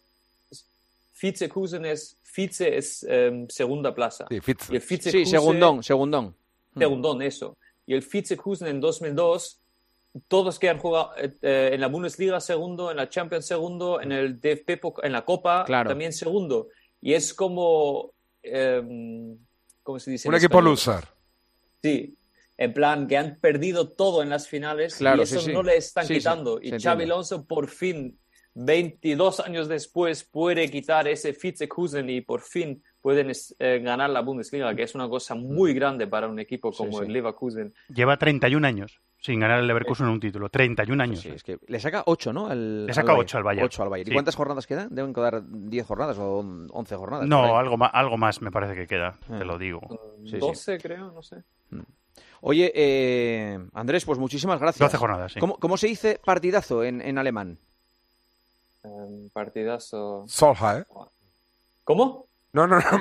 [SPEAKER 12] Vizekusen es, Vize es eh, segunda plaza. Y el Vizekusen-
[SPEAKER 1] Sí, segundón, segundón.
[SPEAKER 12] Segundón, eso. Y el Vizekusen en 2002, todos que han jugado eh, eh, en la Bundesliga segundo, en la Champions segundo, en el DFB, po- en la Copa
[SPEAKER 1] Claro.
[SPEAKER 12] también segundo. Y es como. eh, ¿Cómo se dice?
[SPEAKER 3] Un
[SPEAKER 12] en
[SPEAKER 3] equipo
[SPEAKER 12] español?
[SPEAKER 3] loser.
[SPEAKER 12] Sí. En plan, que han perdido todo en las finales y
[SPEAKER 1] Claro,
[SPEAKER 12] eso
[SPEAKER 1] sí, sí.
[SPEAKER 12] no le están
[SPEAKER 1] Sí, sí,
[SPEAKER 12] quitando.
[SPEAKER 1] se
[SPEAKER 12] y Xavi
[SPEAKER 1] entiende.
[SPEAKER 12] Alonso por fin, 22 años después, puede quitar ese Vizekusen y por fin pueden es- eh, ganar la Bundesliga, que es una cosa muy
[SPEAKER 1] Mm.
[SPEAKER 12] grande para un equipo como el Leverkusen.
[SPEAKER 2] Lleva 31 años sin ganar el Leverkusen un título. 31
[SPEAKER 12] Pues
[SPEAKER 2] años.
[SPEAKER 1] Le saca 8, ¿no? Al,
[SPEAKER 2] Le saca
[SPEAKER 1] Bayern.
[SPEAKER 2] ocho al Bayern.
[SPEAKER 1] Ocho al Bayern. ¿Y
[SPEAKER 2] Sí.
[SPEAKER 1] cuántas jornadas quedan? Deben quedar 10 jornadas o 11 jornadas. por ahí.
[SPEAKER 2] No, algo más, algo más me parece que queda,
[SPEAKER 12] Ah.
[SPEAKER 2] te lo digo.
[SPEAKER 1] Sí, sí.
[SPEAKER 12] 12, creo, no sé.
[SPEAKER 1] Oye, eh, Andrés, pues muchísimas gracias.
[SPEAKER 2] 12 jornadas, sí.
[SPEAKER 1] ¿Cómo, cómo se dice partidazo en, en alemán?
[SPEAKER 12] Eh, partidazo.
[SPEAKER 3] Solheim.
[SPEAKER 12] ¿Cómo?
[SPEAKER 3] No, no, no.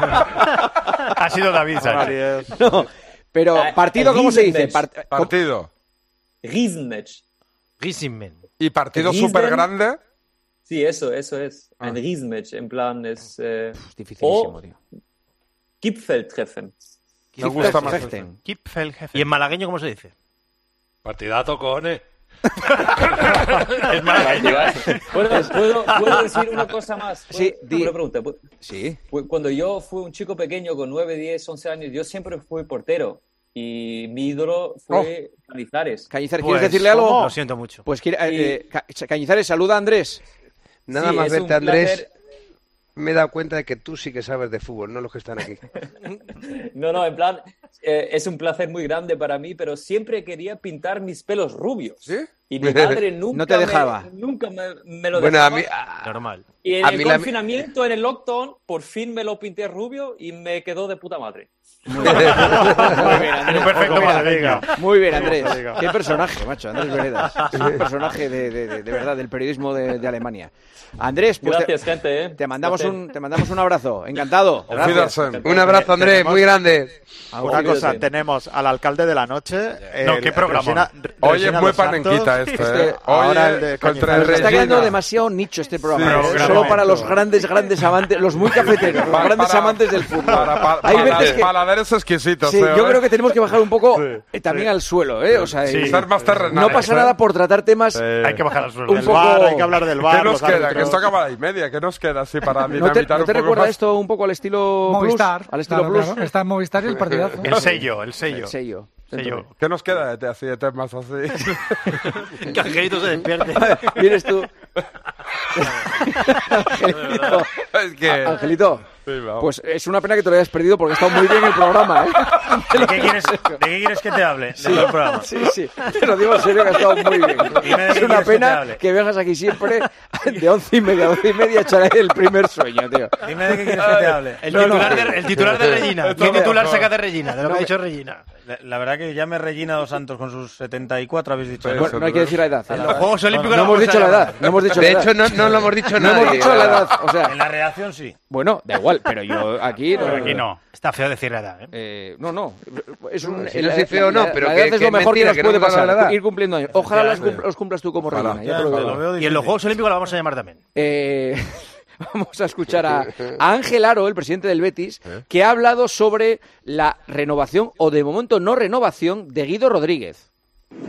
[SPEAKER 2] Ha sido David Sánchez.
[SPEAKER 1] No, pero
[SPEAKER 12] Eh,
[SPEAKER 1] partido, ¿cómo se dice?
[SPEAKER 12] Riesenmatch.
[SPEAKER 1] Part- ¿cómo-
[SPEAKER 3] Partido.
[SPEAKER 12] Riesenmatch.
[SPEAKER 3] Y partido
[SPEAKER 12] Riesen-
[SPEAKER 3] súper grande.
[SPEAKER 12] Sí, eso, eso es. Ein Riesenmatch, en plan es... eh,
[SPEAKER 1] dificilísimo,
[SPEAKER 12] o Gipfeltreffen.
[SPEAKER 8] Me gusta más
[SPEAKER 1] Gipfeltreffen.
[SPEAKER 8] ¿Y en malagueño cómo se dice?
[SPEAKER 15] Partidazo, cojones.
[SPEAKER 8] es malagueño.
[SPEAKER 12] ¿Puedo, puedo- puedo decir una cosa más? ¿Puedo-
[SPEAKER 1] Sí, di-
[SPEAKER 12] una pregunta. ¿Puedo-
[SPEAKER 1] Sí.
[SPEAKER 12] Pues Cuando yo fui un chico pequeño con 9, 10, 11 años, yo siempre fui portero. Y mi ídolo fue Canizares.
[SPEAKER 1] Cañizares, Oh. ¿quieres
[SPEAKER 15] Pues
[SPEAKER 1] decirle algo?
[SPEAKER 8] Lo siento mucho.
[SPEAKER 1] Pues quiere- eh, Ca- Cañizares, saluda a Andrés.
[SPEAKER 5] Nada
[SPEAKER 12] Sí,
[SPEAKER 5] más
[SPEAKER 12] es
[SPEAKER 5] verte,
[SPEAKER 12] un
[SPEAKER 5] Andrés.
[SPEAKER 12] placer.
[SPEAKER 5] Me he dado cuenta de que tú sí que sabes de fútbol, no los que están aquí.
[SPEAKER 12] No, no, en plan, eh, es un placer muy grande para mí, pero siempre quería pintar mis pelos rubios. Y mi madre nunca,
[SPEAKER 1] No te dejaba.
[SPEAKER 12] Me, nunca me, me lo
[SPEAKER 5] Bueno, a
[SPEAKER 12] dejaba.
[SPEAKER 5] mí, a-
[SPEAKER 8] Normal.
[SPEAKER 12] y en
[SPEAKER 5] a
[SPEAKER 12] el
[SPEAKER 5] mí la-
[SPEAKER 12] confinamiento, en el lockdown, por fin me lo pinté rubio y me quedó de puta madre.
[SPEAKER 2] En un perfecto malagueño.
[SPEAKER 1] Muy bien, Andrés.
[SPEAKER 2] Muy bien.
[SPEAKER 1] Qué personaje, macho. Andrés Veredas. Es un personaje de, de- de- de verdad, del periodismo de, de Alemania. Andrés, pues
[SPEAKER 12] Gracias,
[SPEAKER 1] te,
[SPEAKER 12] gente. ¿eh?
[SPEAKER 1] te mandamos
[SPEAKER 12] Placer.
[SPEAKER 1] un, te mandamos un abrazo. Encantado.
[SPEAKER 3] Auf
[SPEAKER 1] Gracias.
[SPEAKER 3] Wiedersehen.
[SPEAKER 5] Un abrazo, Andrés, muy grande.
[SPEAKER 16] Una cosa, tenemos al alcalde de la noche.
[SPEAKER 2] No,
[SPEAKER 16] el-
[SPEAKER 2] qué programa.
[SPEAKER 16] Regina-
[SPEAKER 3] Hoy es
[SPEAKER 16] Regina
[SPEAKER 3] muy
[SPEAKER 16] Los Santos.
[SPEAKER 3] panenquita esto, ¿eh?
[SPEAKER 16] Este,
[SPEAKER 3] Hoy
[SPEAKER 16] ahora el
[SPEAKER 3] es
[SPEAKER 16] de
[SPEAKER 3] contra el
[SPEAKER 1] Se está quedando
[SPEAKER 3] Regina.
[SPEAKER 1] demasiado nicho este programa.
[SPEAKER 3] Sí,
[SPEAKER 1] ¿eh?
[SPEAKER 3] sí,
[SPEAKER 1] Solo
[SPEAKER 3] sí.
[SPEAKER 1] para los grandes, grandes amantes, los muy cafeteros, los
[SPEAKER 3] Para-
[SPEAKER 1] grandes
[SPEAKER 3] para-
[SPEAKER 1] amantes del fútbol.
[SPEAKER 3] Para, para,
[SPEAKER 1] Hay
[SPEAKER 3] para-
[SPEAKER 1] veces que-
[SPEAKER 3] paladares exquisitos.
[SPEAKER 1] Sí,
[SPEAKER 3] ¿eh?
[SPEAKER 1] yo creo que tenemos que bajar un poco eh, también al suelo, ¿eh? O sea,
[SPEAKER 3] Sí.
[SPEAKER 1] eh,
[SPEAKER 3] Ser más terrenales,
[SPEAKER 1] no pasa
[SPEAKER 3] ¿eh?
[SPEAKER 1] nada por tratar temas.
[SPEAKER 2] Hay que bajar al suelo.
[SPEAKER 1] Un
[SPEAKER 16] Del
[SPEAKER 1] poco-
[SPEAKER 16] bar, hay que hablar del bar.
[SPEAKER 3] ¿Qué nos
[SPEAKER 16] los
[SPEAKER 3] queda? Que
[SPEAKER 16] árbitros.
[SPEAKER 3] esto acaba a la y media. ¿Qué nos queda así para
[SPEAKER 1] ¿No te,
[SPEAKER 3] dinamitar
[SPEAKER 1] no te
[SPEAKER 3] un poco
[SPEAKER 1] recuerda
[SPEAKER 3] más?
[SPEAKER 1] esto un poco al estilo
[SPEAKER 10] Movistar.
[SPEAKER 1] Plus? Al estilo
[SPEAKER 10] claro,
[SPEAKER 1] Plus.
[SPEAKER 10] claro. Está en Movistar y el partidazo.
[SPEAKER 2] El sello, el sello.
[SPEAKER 1] El sello.
[SPEAKER 2] Sello.
[SPEAKER 3] ¿Qué nos queda de, de así de temas así?
[SPEAKER 8] Que Angelito se despierte.
[SPEAKER 1] Vienes tú. Angelito.
[SPEAKER 3] Es que-
[SPEAKER 1] A- Angelito.
[SPEAKER 3] Sí, vamos.
[SPEAKER 1] Pues es una pena que te lo hayas perdido porque ha estado muy bien el programa, ¿eh?
[SPEAKER 8] ¿De qué quieres, de qué quieres que te hable? De todo el programa.
[SPEAKER 1] Sí, sí. Te lo digo en serio que ha estado muy bien.
[SPEAKER 8] Dime de
[SPEAKER 1] Es
[SPEAKER 8] qué
[SPEAKER 1] una
[SPEAKER 8] quieres que te
[SPEAKER 1] pena
[SPEAKER 8] hable.
[SPEAKER 1] que vengas aquí siempre de once y media, once y media echaré el primer sueño, tío.
[SPEAKER 8] Dime de qué quieres que te hable. El
[SPEAKER 1] No,
[SPEAKER 8] titular,
[SPEAKER 1] no.
[SPEAKER 8] De, el titular de Regina.
[SPEAKER 1] No
[SPEAKER 8] ¿Qué
[SPEAKER 1] me-
[SPEAKER 8] titular saca de Regina? De lo
[SPEAKER 1] No
[SPEAKER 8] que ha
[SPEAKER 1] me-
[SPEAKER 8] dicho Regina. La, la verdad que ya me Regina dos Santos con sus 74, habéis dicho. ¿no?
[SPEAKER 1] Bueno, no hay que decir la edad. ¿eh?
[SPEAKER 8] En los Juegos Olímpicos
[SPEAKER 1] No hemos
[SPEAKER 8] vamos a
[SPEAKER 1] dicho la
[SPEAKER 8] llamar.
[SPEAKER 1] edad. No hemos dicho
[SPEAKER 5] De
[SPEAKER 1] la edad.
[SPEAKER 5] hecho, no, no lo hemos dicho
[SPEAKER 1] No
[SPEAKER 5] nada.
[SPEAKER 1] hemos dicho la edad. O sea,
[SPEAKER 8] En la redacción sí.
[SPEAKER 1] bueno, da igual, pero yo aquí no.
[SPEAKER 2] Aquí no.
[SPEAKER 8] Está feo decir la edad, ¿eh?
[SPEAKER 1] Eh, no, no. Es un,
[SPEAKER 5] si no soy feo,
[SPEAKER 1] la-
[SPEAKER 5] no, pero
[SPEAKER 1] la
[SPEAKER 5] que-
[SPEAKER 1] edad es
[SPEAKER 5] que
[SPEAKER 1] lo mejor
[SPEAKER 5] mentira,
[SPEAKER 1] que
[SPEAKER 5] que
[SPEAKER 1] nos
[SPEAKER 5] no
[SPEAKER 1] puede
[SPEAKER 5] me
[SPEAKER 1] pasar.
[SPEAKER 5] vale la edad.
[SPEAKER 1] ir cumpliendo años. Ojalá las
[SPEAKER 8] Efectivamente.
[SPEAKER 1] cumpl- los cumplas tú como
[SPEAKER 3] Ojalá.
[SPEAKER 1] Regina. ya
[SPEAKER 8] Ya,
[SPEAKER 1] te lo
[SPEAKER 8] te
[SPEAKER 1] digo.
[SPEAKER 8] lo veo y en difícil. los Juegos Olímpicos la vamos a llamar también.
[SPEAKER 1] Eh, vamos a escuchar a a Ángel Aro, el presidente del Betis,
[SPEAKER 5] ¿Eh?
[SPEAKER 1] que ha hablado sobre la renovación o de momento no renovación de Guido Rodríguez.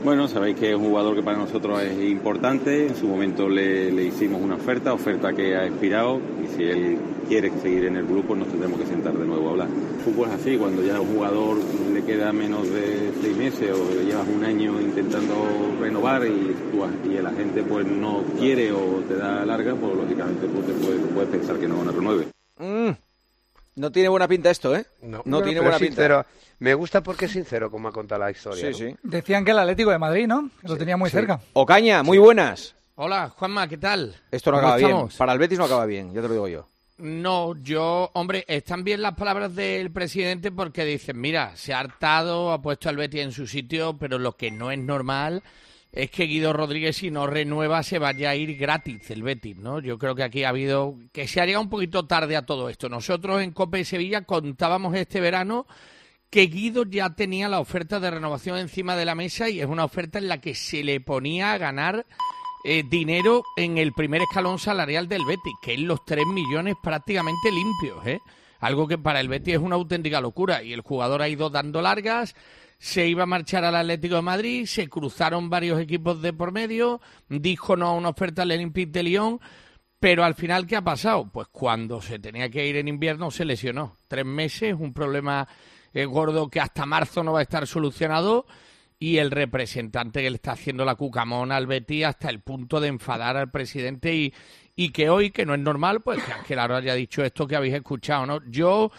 [SPEAKER 17] Bueno, sabéis que es un jugador que para nosotros es importante. En su momento le, le hicimos una oferta, oferta que ha expirado. Y si él quiere seguir en el grupo, nos tendremos que sentar de nuevo a hablar. El fútbol es así, cuando ya a un jugador le queda menos de seis meses o llevas un año intentando renovar y, tú- y la gente pues no quiere o te da larga, pues lógicamente pues, te puedes, puedes pensar que no van a renueve.
[SPEAKER 1] Mm. No tiene buena pinta esto, ¿eh?
[SPEAKER 5] Bueno,
[SPEAKER 1] tiene
[SPEAKER 5] pero
[SPEAKER 1] buena
[SPEAKER 5] es sincero. Me gusta porque es sincero como ha contado la historia.
[SPEAKER 1] Sí, sí.
[SPEAKER 10] Decían que el Atlético de Madrid, ¿no? Que lo tenía muy cerca.
[SPEAKER 1] Ocaña, muy buenas.
[SPEAKER 6] Hola, Juanma, ¿qué tal?
[SPEAKER 1] Esto no
[SPEAKER 6] ¿Cómo
[SPEAKER 1] acaba bien.
[SPEAKER 6] estamos?
[SPEAKER 1] Para el Betis no acaba bien, ya te lo digo yo.
[SPEAKER 6] No, yo, hombre, están bien las palabras del presidente porque dicen, mira, se ha hartado, ha puesto al Betis en su sitio, pero lo que no es normal es que Guido Rodríguez, si no renueva, se vaya a ir gratis el Betis, ¿no? Yo creo que aquí ha habido, que se ha llegado un poquito tarde a todo esto. Nosotros en Copa de Sevilla contábamos este verano que Guido ya tenía la oferta de renovación encima de la mesa y es una oferta en la que se le ponía a ganar eh, dinero en el primer escalón salarial del Betis, que es los 3 millones prácticamente limpios, ¿eh? Algo que para el Betis es una auténtica locura y el jugador ha ido dando largas, se iba a marchar al Atlético de Madrid, se cruzaron varios equipos de por medio, dijo no a una oferta al Olympique de Lyon, pero al final, ¿qué ha pasado? Pues cuando se tenía que ir en invierno se lesionó. Tres meses, un problema eh, gordo que hasta marzo no va a estar solucionado. Y el representante que le está haciendo la cucamona al Betis hasta el punto de enfadar al presidente y, y que hoy, que no es normal, pues que Ángel Aro haya dicho esto que habéis escuchado, ¿no? Yo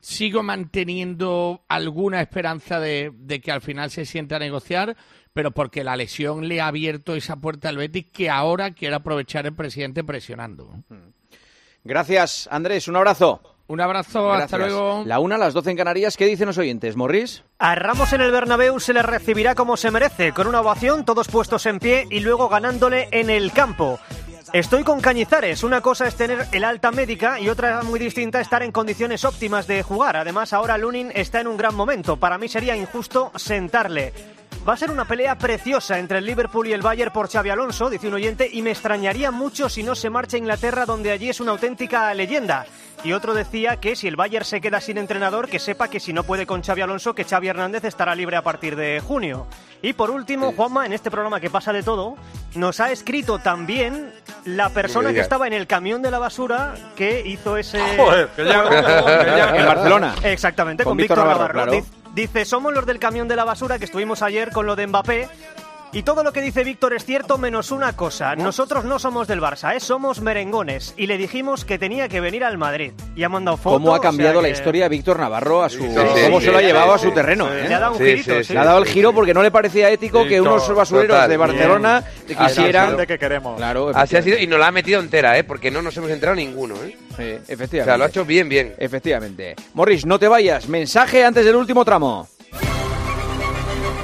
[SPEAKER 6] sigo manteniendo alguna esperanza de, de que al final se sienta a negociar, pero porque la lesión le ha abierto esa puerta al Betis que ahora quiere aprovechar el presidente presionando.
[SPEAKER 1] Gracias, Andrés. Un abrazo.
[SPEAKER 6] Un abrazo, hasta luego.
[SPEAKER 1] La una a las 12 en Canarias. ¿Qué dicen los oyentes? ¿Morris?
[SPEAKER 18] A Ramos en el Bernabéu se le recibirá como se merece, con una ovación, todos puestos en pie y luego ganándole en el campo. Estoy con Cañizares. Una cosa es tener el alta médica y otra muy distinta estar en condiciones óptimas de jugar. Además, ahora Lunin está en un gran momento. Para mí sería injusto sentarle. Va a ser una pelea preciosa entre el Liverpool y el Bayern por Xavi Alonso, dice un oyente, y me extrañaría mucho si no se marcha a Inglaterra donde allí es una auténtica leyenda. Y otro decía que si el Bayern se queda sin entrenador, que sepa que si no puede con Xavi Alonso, que Xavi Hernández estará libre a partir de junio. Y por último, Juanma, en este programa que pasa de todo, nos ha escrito también la persona que
[SPEAKER 19] digas.
[SPEAKER 18] estaba en el camión de la basura que hizo ese...
[SPEAKER 19] Joder, que ya- que ya- En Barcelona.
[SPEAKER 18] Exactamente, con, Víctor Navarro. Dice- Dice, somos los del camión de la basura que estuvimos ayer con lo de Mbappé. Y todo lo que dice Víctor es cierto menos una cosa. Nosotros no somos del Barça, ¿eh? somos merengones. Y le dijimos que tenía que venir al Madrid. Y ha mandado fotos.
[SPEAKER 1] ¿Cómo ha cambiado la historia de Víctor Navarro a su. ¿Cómo se lo ha llevado a su terreno? eh?
[SPEAKER 18] Le ha dado un
[SPEAKER 1] Sí,
[SPEAKER 18] girito,
[SPEAKER 1] sí,
[SPEAKER 18] sí.
[SPEAKER 1] Le ha dado el giro porque no le parecía ético que unos basureros de Barcelona te quisieran.
[SPEAKER 5] que queremos. Así ha sido y nos la ha metido entera, ¿eh? Porque no nos hemos enterado ninguno, ¿eh?
[SPEAKER 1] efectivamente.
[SPEAKER 5] O sea, lo ha hecho bien, bien.
[SPEAKER 1] Efectivamente. Morris, no te vayas. Mensaje antes del último tramo.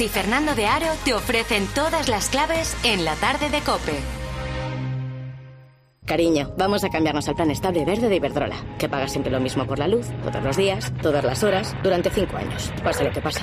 [SPEAKER 20] y Fernando de Aro te ofrecen todas las claves en la tarde de Cope.
[SPEAKER 21] Cariño, vamos a cambiarnos al plan estable verde de Iberdrola, que paga siempre lo mismo por la luz, todos los días, todas las horas, durante cinco años, pase lo que pase.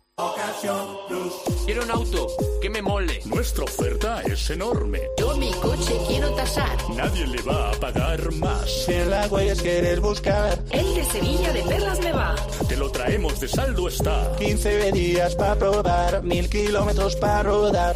[SPEAKER 13] Quiero un auto que me mole.
[SPEAKER 22] Nuestra oferta es enorme.
[SPEAKER 13] Yo mi coche quiero tasar.
[SPEAKER 22] Nadie le va a pagar más.
[SPEAKER 2] Si el agua es querer buscar,
[SPEAKER 13] El de Sevilla de Perlas me va.
[SPEAKER 22] Te lo traemos de saldo está.
[SPEAKER 2] 15 días para probar, mil kilómetros para rodar.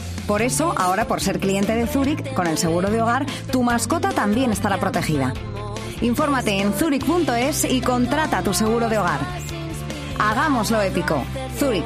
[SPEAKER 23] Por eso, ahora por ser cliente de Zurich, con el seguro de hogar, tu mascota también estará protegida. Infórmate en zurich.es y contrata tu seguro de hogar. Hagámoslo épico. Zurich.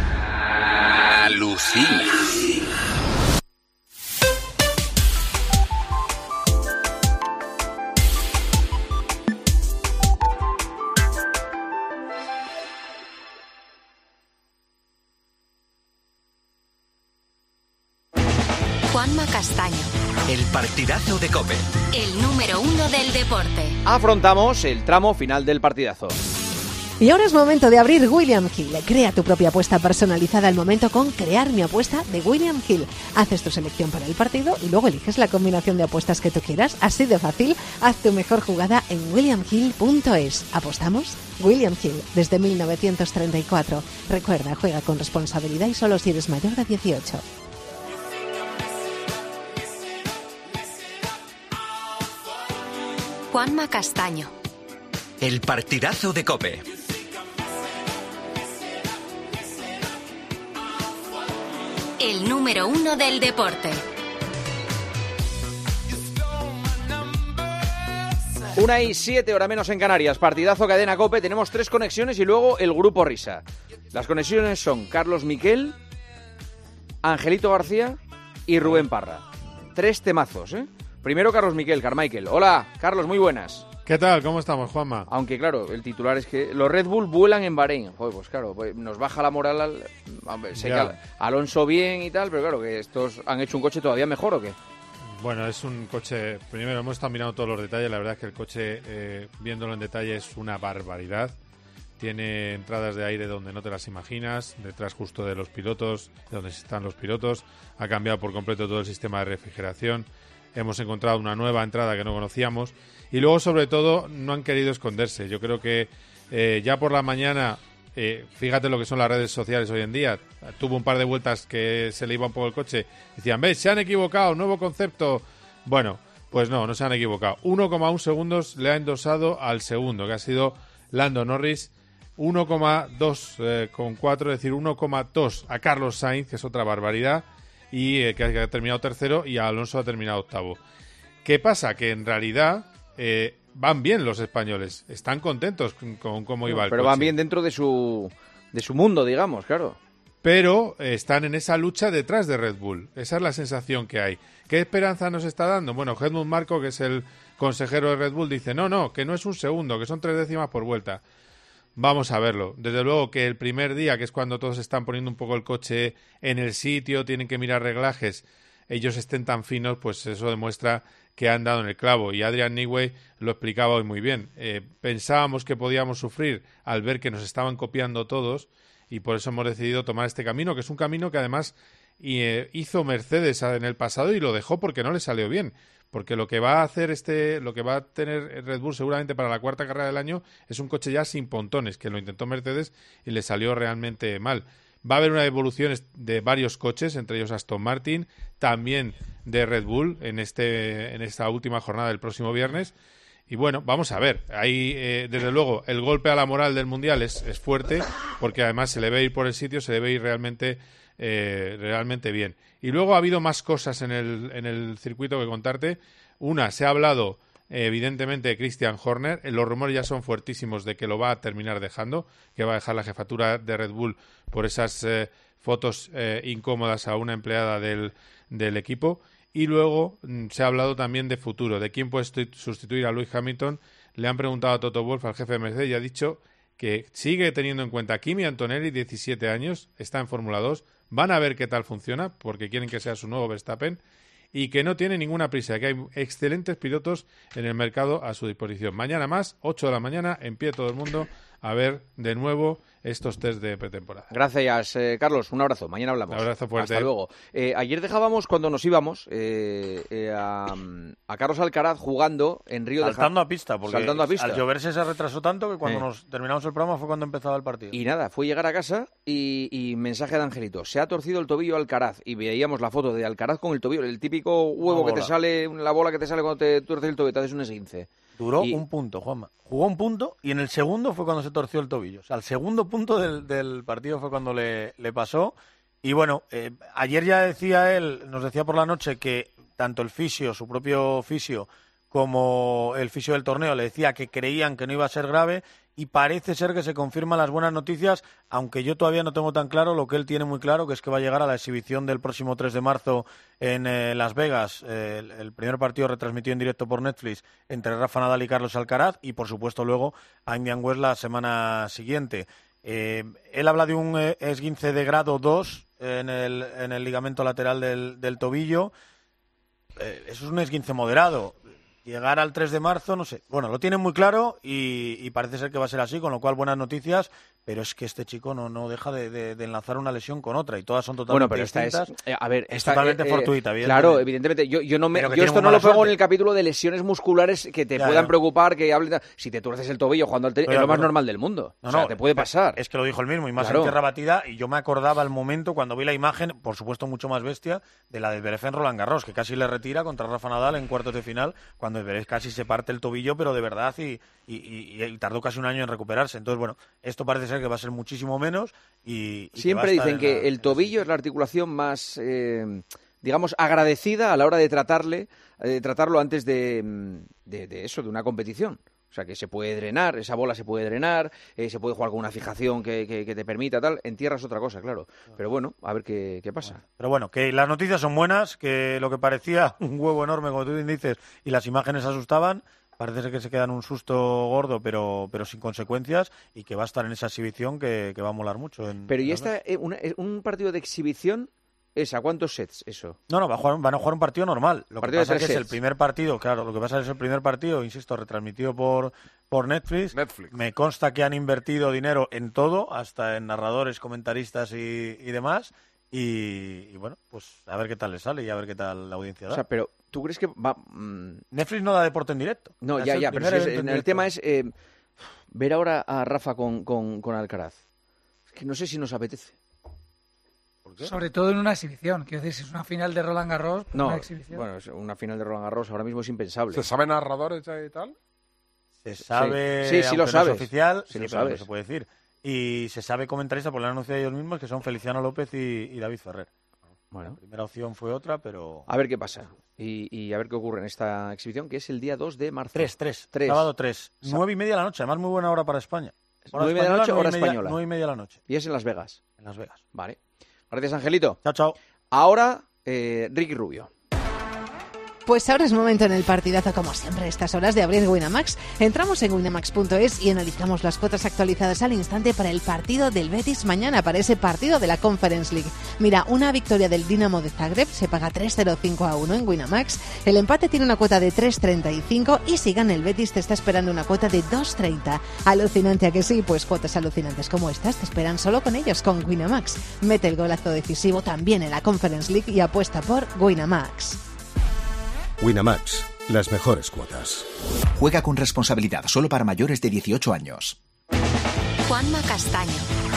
[SPEAKER 23] Alucina.
[SPEAKER 24] Juanma Castaño,
[SPEAKER 18] El partidazo de Cope.
[SPEAKER 24] el número uno del deporte.
[SPEAKER 1] Afrontamos el tramo final del partidazo.
[SPEAKER 25] Y ahora es momento de abrir William Hill. Crea tu propia apuesta personalizada al momento con Crear mi apuesta de William Hill. Haces tu selección para el partido y luego eliges la combinación de apuestas que tú quieras. Así de fácil, haz tu mejor jugada en williamhill.es. ¿Apostamos? William Hill, desde 1934. Recuerda, juega con responsabilidad y solo si eres mayor de 18.
[SPEAKER 24] Juanma Castaño,
[SPEAKER 18] El partidazo de Cope.
[SPEAKER 24] el número uno del deporte.
[SPEAKER 1] Una y siete, hora menos en Canarias. Partidazo cadena cope. Tenemos tres conexiones y luego el grupo risa. Las conexiones son Carlos Miquel, Angelito García y Rubén Parra. Tres temazos, ¿eh? Primero Carlos Miquel, Carmichael. Hola, Carlos, muy buenas.
[SPEAKER 26] ¿Qué tal? ¿Cómo estamos, Juanma?
[SPEAKER 1] Aunque claro, el titular es que los Red Bull vuelan en Bahrein. Joder, pues claro, pues nos baja la moral. Al... hombre, sé que
[SPEAKER 26] Ya.
[SPEAKER 1] Al- Alonso bien y tal, pero claro, que estos han hecho un coche todavía mejor o qué.
[SPEAKER 26] Bueno, es un coche. Primero hemos estado mirando todos los detalles. La verdad es que el coche, eh, viéndolo en detalle, es una barbaridad. Tiene entradas de aire donde no te las imaginas, detrás justo de los pilotos, de donde están los pilotos. Ha cambiado por completo todo el sistema de refrigeración. Hemos encontrado una nueva entrada que no conocíamos. Y luego, sobre todo, no han querido esconderse. Yo creo que eh, ya por la mañana, eh, fíjate lo que son las redes sociales hoy en día. Tuvo un par de vueltas que se le iba un poco el coche. Decían, ¿ves? Se han equivocado, nuevo concepto. Bueno, pues no, no se han equivocado. 1,1 segundos le ha endosado al segundo, que ha sido Lando Norris. 1,2 eh, con 4, es decir, 1,2 a Carlos Sainz, que es otra barbaridad, y eh, que ha- que ha terminado tercero, y a Alonso ha terminado octavo. ¿Qué pasa? Que en realidad eh, van bien los españoles, están contentos con, con cómo iba el
[SPEAKER 1] Pero
[SPEAKER 26] coche.
[SPEAKER 1] van bien dentro de su, de su mundo, digamos, claro.
[SPEAKER 26] pero eh, están en esa lucha detrás de Red Bull. Esa es la sensación que hay. ¿Qué esperanza nos está dando? Bueno, Helmut Marco, que es el consejero de Red Bull, dice, no, no, que no es un segundo, que son tres décimas por vuelta. Vamos a verlo. Desde luego que el primer día, que es cuando todos están poniendo un poco el coche en el sitio, tienen que mirar reglajes, ellos estén tan finos, pues eso demuestra que han dado en el clavo. Y Adrian Newey lo explicaba hoy muy bien. Eh, pensábamos que podíamos sufrir al ver que nos estaban copiando todos y por eso hemos decidido tomar este camino, que es un camino que además y, eh, hizo Mercedes en el pasado y lo dejó porque no le salió bien. Porque lo que va a hacer este, lo que va a tener Red Bull seguramente para la cuarta carrera del año es un coche ya sin pontones, que lo intentó Mercedes y le salió realmente mal. Va a haber una evolución est- de varios coches, entre ellos Aston Martin, también de Red Bull en este, en esta última jornada del próximo viernes. Y bueno, vamos a ver. Ahí, eh, desde luego, el golpe a la moral del Mundial es, es fuerte, porque además se le ve ir por el sitio, se le ve ir realmente, eh, realmente bien. Y luego ha habido más cosas en el, en el circuito que contarte. Una, se ha hablado, eh, evidentemente, de Christian Horner. Eh, Los rumores ya son fuertísimos de que lo va a terminar dejando, que va a dejar la jefatura de Red Bull por esas eh, fotos eh, incómodas a una empleada del, del equipo. Y luego mm, se ha hablado también de futuro, de quién puede sustitu- sustituir a Lewis Hamilton. Le han preguntado a Toto Wolff, al jefe de Mercedes, y ha dicho que sigue teniendo en cuenta a Kimi Antonelli, 17 años, está en Fórmula 2. Van a ver qué tal funciona, porque quieren que sea su nuevo Verstappen. Y que no tiene ninguna prisa, que hay excelentes pilotos en el mercado a su disposición. Mañana más, 8 de la mañana, en pie todo el mundo a ver de nuevo estos test de pretemporada.
[SPEAKER 1] Gracias, eh, Carlos. Un abrazo. Mañana hablamos.
[SPEAKER 26] Un abrazo fuerte.
[SPEAKER 1] Hasta luego. Eh, ayer dejábamos, cuando nos íbamos, eh, eh, a, a Carlos Alcaraz jugando en Río de
[SPEAKER 8] Saltando
[SPEAKER 1] Ja-
[SPEAKER 8] a pista, porque
[SPEAKER 1] saltando a pista.
[SPEAKER 8] al lloverse se retrasó tanto que cuando
[SPEAKER 1] Eh.
[SPEAKER 8] nos terminamos el programa fue cuando empezaba el partido.
[SPEAKER 1] Y nada, fue llegar a casa y, y mensaje de Angelito. Se ha torcido el tobillo Alcaraz. Y veíamos la foto de Alcaraz con el tobillo, el típico huevo
[SPEAKER 8] Una
[SPEAKER 1] que te
[SPEAKER 8] bola.
[SPEAKER 1] sale, la bola que te sale cuando te tuerces el tobillo, te haces un esguince.
[SPEAKER 8] Duró
[SPEAKER 1] Y-
[SPEAKER 8] un punto, Juanma. Jugó un punto y en el segundo fue cuando se torció el tobillo. O sea, al segundo punto del, del partido fue cuando le, le pasó. Y bueno, eh, ayer ya decía él, nos decía por la noche que tanto el fisio, su propio fisio, como el fisio del torneo le decía que creían que no iba a ser grave y parece ser que se confirman las buenas noticias, aunque yo todavía no tengo tan claro lo que él tiene muy claro, que es que va a llegar a la exhibición del próximo 3 de marzo en eh, Las Vegas, eh, el, el primer partido retransmitido en directo por Netflix entre Rafa Nadal y Carlos Alcaraz y, por supuesto, luego a Indian Wells la semana siguiente. Eh, él habla de un eh, esguince de grado 2 en el, en el ligamento lateral del, del tobillo. Eh, eso es un esguince moderado. Llegar al 3 de marzo, no sé. Bueno, lo tienen muy claro y, y parece ser que va a ser así, con lo cual buenas noticias, pero es que este chico no, no deja de, de- de enlazar una lesión con otra y todas son totalmente
[SPEAKER 1] Bueno, pero esta es,
[SPEAKER 8] distintas.
[SPEAKER 1] eh, a ver,
[SPEAKER 8] es
[SPEAKER 1] esta,
[SPEAKER 8] totalmente
[SPEAKER 1] eh, eh,
[SPEAKER 8] fortuita,
[SPEAKER 1] Claro,
[SPEAKER 8] evidentemente.
[SPEAKER 1] evidentemente. Yo, yo no me,
[SPEAKER 8] Pero que
[SPEAKER 1] yo
[SPEAKER 8] tiene
[SPEAKER 1] esto
[SPEAKER 8] muy
[SPEAKER 1] no
[SPEAKER 8] mala
[SPEAKER 1] lo pongo
[SPEAKER 8] suerte.
[SPEAKER 1] en el capítulo de lesiones musculares que te
[SPEAKER 8] Ya,
[SPEAKER 1] puedan
[SPEAKER 8] ya.
[SPEAKER 1] preocupar, que hablen. Si te tuerces el tobillo jugando al tenis,
[SPEAKER 8] Estoy
[SPEAKER 1] es
[SPEAKER 8] de
[SPEAKER 1] lo más
[SPEAKER 8] acuerdo.
[SPEAKER 1] normal del mundo.
[SPEAKER 8] No,
[SPEAKER 1] o sea,
[SPEAKER 8] no,
[SPEAKER 1] te puede pasar.
[SPEAKER 8] Es que lo dijo el mismo, y más
[SPEAKER 1] Claro.
[SPEAKER 8] en tierra batida, y yo me acordaba el momento cuando vi la imagen, por supuesto mucho más bestia, de la de Beref en Roland Garros, que casi le retira contra Rafa Nadal en cuartos de final, cuando Beref casi se parte el tobillo, pero de verdad, y, y- y- y tardó casi un año en recuperarse. Entonces, bueno, esto parece ser que va a ser muchísimo menos y... y que va
[SPEAKER 1] Siempre
[SPEAKER 8] a estar
[SPEAKER 1] dicen
[SPEAKER 8] en
[SPEAKER 1] que
[SPEAKER 8] la-
[SPEAKER 1] el tobillo es la articulación más, eh, digamos, agradecida a la hora de tratarle, eh, de tratarlo antes de, mm, de- de eso, de una competición. O sea, que se puede drenar, esa bola se puede drenar, eh, se puede jugar con una fijación que, que- que te permita, tal. En tierra es otra cosa, claro. Pero bueno, a ver qué, qué pasa.
[SPEAKER 8] Pero bueno, que las noticias son buenas, que lo que parecía un huevo enorme, como tú bien dices, y las imágenes asustaban, parece ser que se quedan un susto gordo, pero, pero sin consecuencias, y que va a estar en esa exhibición que, que va a molar mucho. en-
[SPEAKER 1] Pero ¿y
[SPEAKER 8] en
[SPEAKER 1] esta, eh, una- eh, un partido de exhibición es a cuántos sets eso?
[SPEAKER 8] No, no, va a jugar- van a jugar un partido normal. Lo
[SPEAKER 1] Partido
[SPEAKER 8] que
[SPEAKER 1] de
[SPEAKER 8] pasa es
[SPEAKER 1] tres
[SPEAKER 8] que es el
[SPEAKER 1] sets.
[SPEAKER 8] primer partido, claro, lo que pasa es el primer partido, insisto, retransmitido por, por Netflix. Me consta que han invertido dinero en todo, hasta en narradores, comentaristas y, y demás. Y, y bueno, pues a ver qué tal le sale y a ver qué tal la audiencia da.
[SPEAKER 1] O sea, pero ¿tú crees que va...? mm,
[SPEAKER 8] Netflix no da deporte en directo.
[SPEAKER 1] No,
[SPEAKER 8] Es
[SPEAKER 1] ya,
[SPEAKER 8] el
[SPEAKER 1] ya, pero
[SPEAKER 8] primer
[SPEAKER 1] si es-
[SPEAKER 8] evento en
[SPEAKER 1] el
[SPEAKER 8] directo.
[SPEAKER 1] tema es eh, ver ahora a Rafa con, con, con Alcaraz. Es que no sé si nos apetece.
[SPEAKER 5] Sobre todo en una exhibición. Quiero decir, si es una final de Roland Garros, pues
[SPEAKER 1] No,
[SPEAKER 5] una exhibición.
[SPEAKER 1] bueno, es una final de Roland Garros ahora mismo es impensable.
[SPEAKER 13] ¿Se sabe narradores ya y tal?
[SPEAKER 8] Se sabe,
[SPEAKER 1] Sí, sí, sí lo
[SPEAKER 8] aunque no es
[SPEAKER 1] sabes.
[SPEAKER 8] oficial,
[SPEAKER 1] Sí, lo
[SPEAKER 8] pero
[SPEAKER 1] sabes.
[SPEAKER 8] se puede decir. Y se sabe comentarista, por lo han anunciado ellos mismos, que son Feliciano López y, y David Ferrer.
[SPEAKER 1] Bueno.
[SPEAKER 8] La primera opción fue otra, pero...
[SPEAKER 1] A ver qué pasa. Y, y a ver qué ocurre en esta exhibición, que es el día 2 de marzo.
[SPEAKER 8] 3, 3,
[SPEAKER 1] Tres.
[SPEAKER 8] Sábado 3. 9 y media de la noche, además muy buena hora para España.
[SPEAKER 1] Nueve y media de la noche, hora española.
[SPEAKER 8] 9 y media de la noche.
[SPEAKER 1] Y es en Las Vegas.
[SPEAKER 8] En Las Vegas.
[SPEAKER 1] Vale. Gracias, Angelito.
[SPEAKER 8] Chao, chao.
[SPEAKER 1] Ahora, eh, Ricky Rubio.
[SPEAKER 25] Pues ahora es momento en el partidazo, como siempre, a estas horas de abrir Winamax. Entramos en winamax.es y analizamos las cuotas actualizadas al instante para el partido del Betis mañana, para ese partido de la Conference League. Mira, una victoria del Dinamo de Zagreb se paga 3.05 a 1 en Winamax. El empate tiene una cuota de 3.35 y si gana el Betis te está esperando una cuota de 2.30. Alucinante a que sí, pues cuotas alucinantes como estas te esperan solo con ellos, con Winamax. Mete el golazo decisivo también en la Conference League y apuesta por Winamax.
[SPEAKER 13] Winamax, las mejores cuotas.
[SPEAKER 7] Juega con responsabilidad solo para mayores de 18 años.
[SPEAKER 20] Juanma Castaño,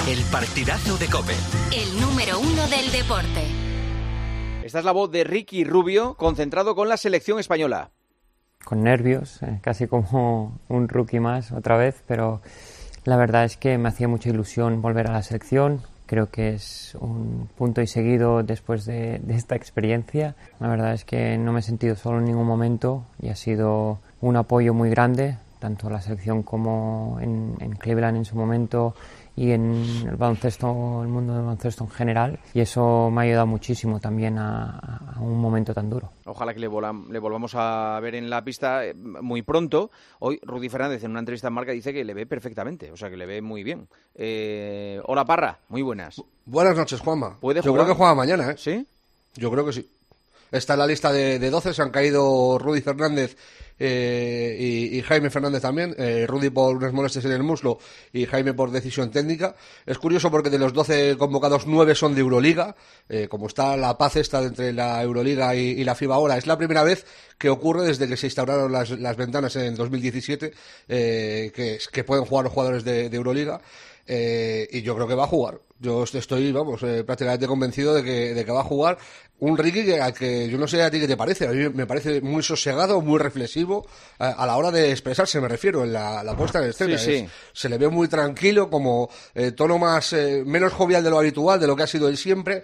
[SPEAKER 7] El partidazo de Cope.
[SPEAKER 20] el número uno del deporte.
[SPEAKER 1] Esta es la voz de Ricky Rubio, concentrado con la selección española.
[SPEAKER 10] con nervios, eh, casi como un rookie más otra vez, pero la verdad es que me hacía mucha ilusión volver a la selección. Creo que es un punto y seguido después de, de esta experiencia. La verdad es que no me he sentido solo en ningún momento y ha sido un apoyo muy grande, tanto la selección como en, en Cleveland en su momento y en el baloncesto, el mundo del baloncesto en general. Y eso me ha ayudado muchísimo también a- a un momento tan duro.
[SPEAKER 1] Ojalá que le, volam- le volvamos a ver en la pista eh, muy pronto. Hoy Rudy Fernández en una entrevista en Marca dice que le ve perfectamente, o sea que le ve muy bien. Eh, hola Parra, muy buenas.
[SPEAKER 11] Buenas noches, Juanma.
[SPEAKER 1] ¿Puede
[SPEAKER 11] Yo
[SPEAKER 1] jugar?
[SPEAKER 11] creo que juega mañana, ¿eh?
[SPEAKER 1] ¿Sí?
[SPEAKER 11] Yo creo que sí. Está en la lista de, de 12, se han caído Rudy Fernández eh, y, y Jaime Fernández también. Eh, Rudy por unas molestias en el muslo y Jaime por decisión técnica. Es curioso porque de los 12 convocados, 9 son de Euroliga. Eh, como está la paz esta entre la Euroliga y, y la FIBA ahora, es la primera vez que ocurre desde que se instauraron las, las ventanas en 2017 eh, que, es- que pueden jugar los jugadores de- de Euroliga. Eh, y yo creo que va a jugar. Yo est- estoy, vamos, eh, prácticamente convencido de que, de que va a jugar un Ricky que, al que yo no sé a ti qué te parece. A mí me parece muy sosegado, muy reflexivo a, a la hora de expresarse, me refiero, en la, la puesta en escena.
[SPEAKER 1] Sí, sí.
[SPEAKER 11] Es- se le ve muy tranquilo, como eh, tono más eh, menos jovial de lo habitual, de lo que ha sido él siempre.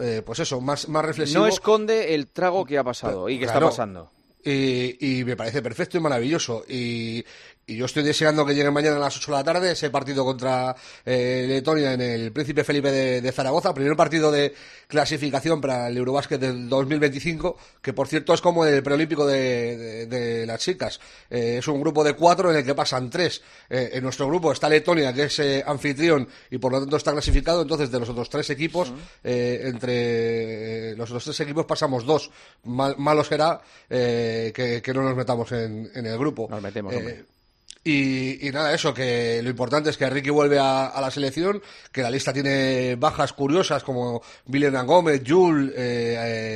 [SPEAKER 11] Eh, pues eso, más, más reflexivo.
[SPEAKER 1] No esconde el trago que ha pasado y que
[SPEAKER 11] Claro.
[SPEAKER 1] está pasando.
[SPEAKER 11] Y, y me parece perfecto y maravilloso. Y, y yo estoy deseando que llegue mañana a las 8 de la tarde ese partido contra eh, Letonia en el Príncipe Felipe de, de Zaragoza. Primer partido de clasificación para el Eurobásquet del 2025, que por cierto es como el preolímpico de, de- de las chicas. Eh, es un grupo de cuatro en el que pasan tres. Eh, en nuestro grupo está Letonia, que es eh, anfitrión y por lo tanto está clasificado. Entonces, de los otros tres equipos, eh, entre eh, los otros tres equipos pasamos dos. Mal- malo será eh, que, que no nos metamos en, en el grupo. Nos metemos,
[SPEAKER 1] hombre.
[SPEAKER 11] Eh, y, y nada, eso, que lo importante es que Ricky vuelve a, a la selección, que la lista tiene bajas curiosas como Vilena Gómez, Jul, eh,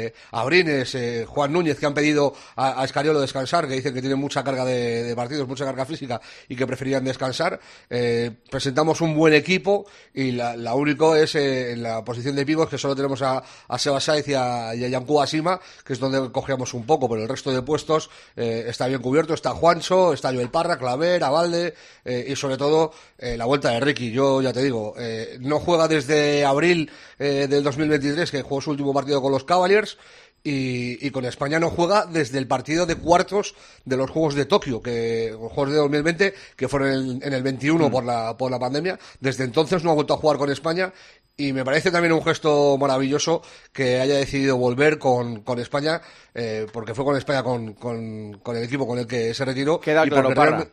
[SPEAKER 11] eh, Abrines, eh, Juan Núñez, que han pedido a, a Escariolo descansar, que dicen que tienen mucha carga de, de partidos, mucha carga física y que preferían descansar. Eh, presentamos un buen equipo y la, la único es eh, en la posición de pivos que solo tenemos a, a Seba Saez y a, y a Yankuba Sima, que es donde cogíamos un poco, pero el resto de puestos eh, está bien cubierto, está Juancho, está Joel Parra, Claver, Avalde eh, y sobre todo eh, la vuelta de Ricky, yo ya te digo, eh, no juega desde abril eh, del 2023 que jugó su último partido con los Cavaliers y, y con España no juega desde el partido de cuartos de los Juegos de Tokio, que los Juegos de 2020, que fueron en, en el
[SPEAKER 1] Mm.
[SPEAKER 11] 21 por, la, por la pandemia. Desde entonces no ha vuelto a jugar con España y me parece también un gesto maravilloso que haya decidido volver con, con España, eh, porque fue con España, con, con- con el equipo con el Ah, que se retiró.
[SPEAKER 1] Queda
[SPEAKER 11] y
[SPEAKER 1] claro,
[SPEAKER 11] porque
[SPEAKER 1] Parra.
[SPEAKER 11] realme-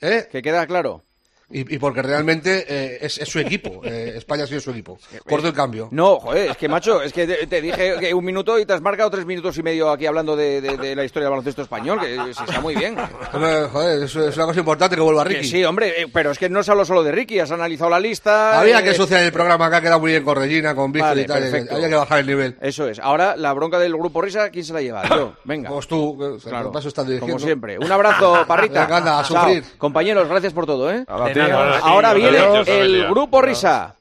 [SPEAKER 11] ¿Eh?
[SPEAKER 1] Que queda claro.
[SPEAKER 11] Y, y porque realmente eh, es, es su equipo, eh, España ha sido su equipo. Corto el cambio.
[SPEAKER 1] No, joder, es que macho, es que te, te dije que un minuto y te has marcado tres minutos y medio aquí hablando de, de- de la historia del baloncesto español, que eh, sí, está muy bien.
[SPEAKER 11] Hombre, joder, es, es una cosa importante que vuelva
[SPEAKER 1] Que
[SPEAKER 11] Ricky.
[SPEAKER 1] sí, hombre, eh, pero es que no se habló solo de Ricky, has analizado la lista.
[SPEAKER 11] Había
[SPEAKER 1] eh,
[SPEAKER 11] que suciar el programa que ha quedado muy bien con Regina, con Víctor
[SPEAKER 1] Vale,
[SPEAKER 11] y tal.
[SPEAKER 1] perfecto.
[SPEAKER 11] Había que bajar el nivel.
[SPEAKER 1] Eso es. Ahora, la bronca del grupo Risa, ¿quién se la lleva? Yo, venga.
[SPEAKER 11] Pues tú, que- que
[SPEAKER 1] Claro,
[SPEAKER 11] por paso estás dirigiendo.
[SPEAKER 1] como siempre. Un abrazo, Parrita.
[SPEAKER 11] Venga, anda, a
[SPEAKER 1] Chao.
[SPEAKER 11] sufrir.
[SPEAKER 1] Compañeros, gracias por todo, ¿eh?
[SPEAKER 11] ti, De nada. a ti.
[SPEAKER 1] Ahora viene
[SPEAKER 11] Adiós.
[SPEAKER 1] el grupo Risa.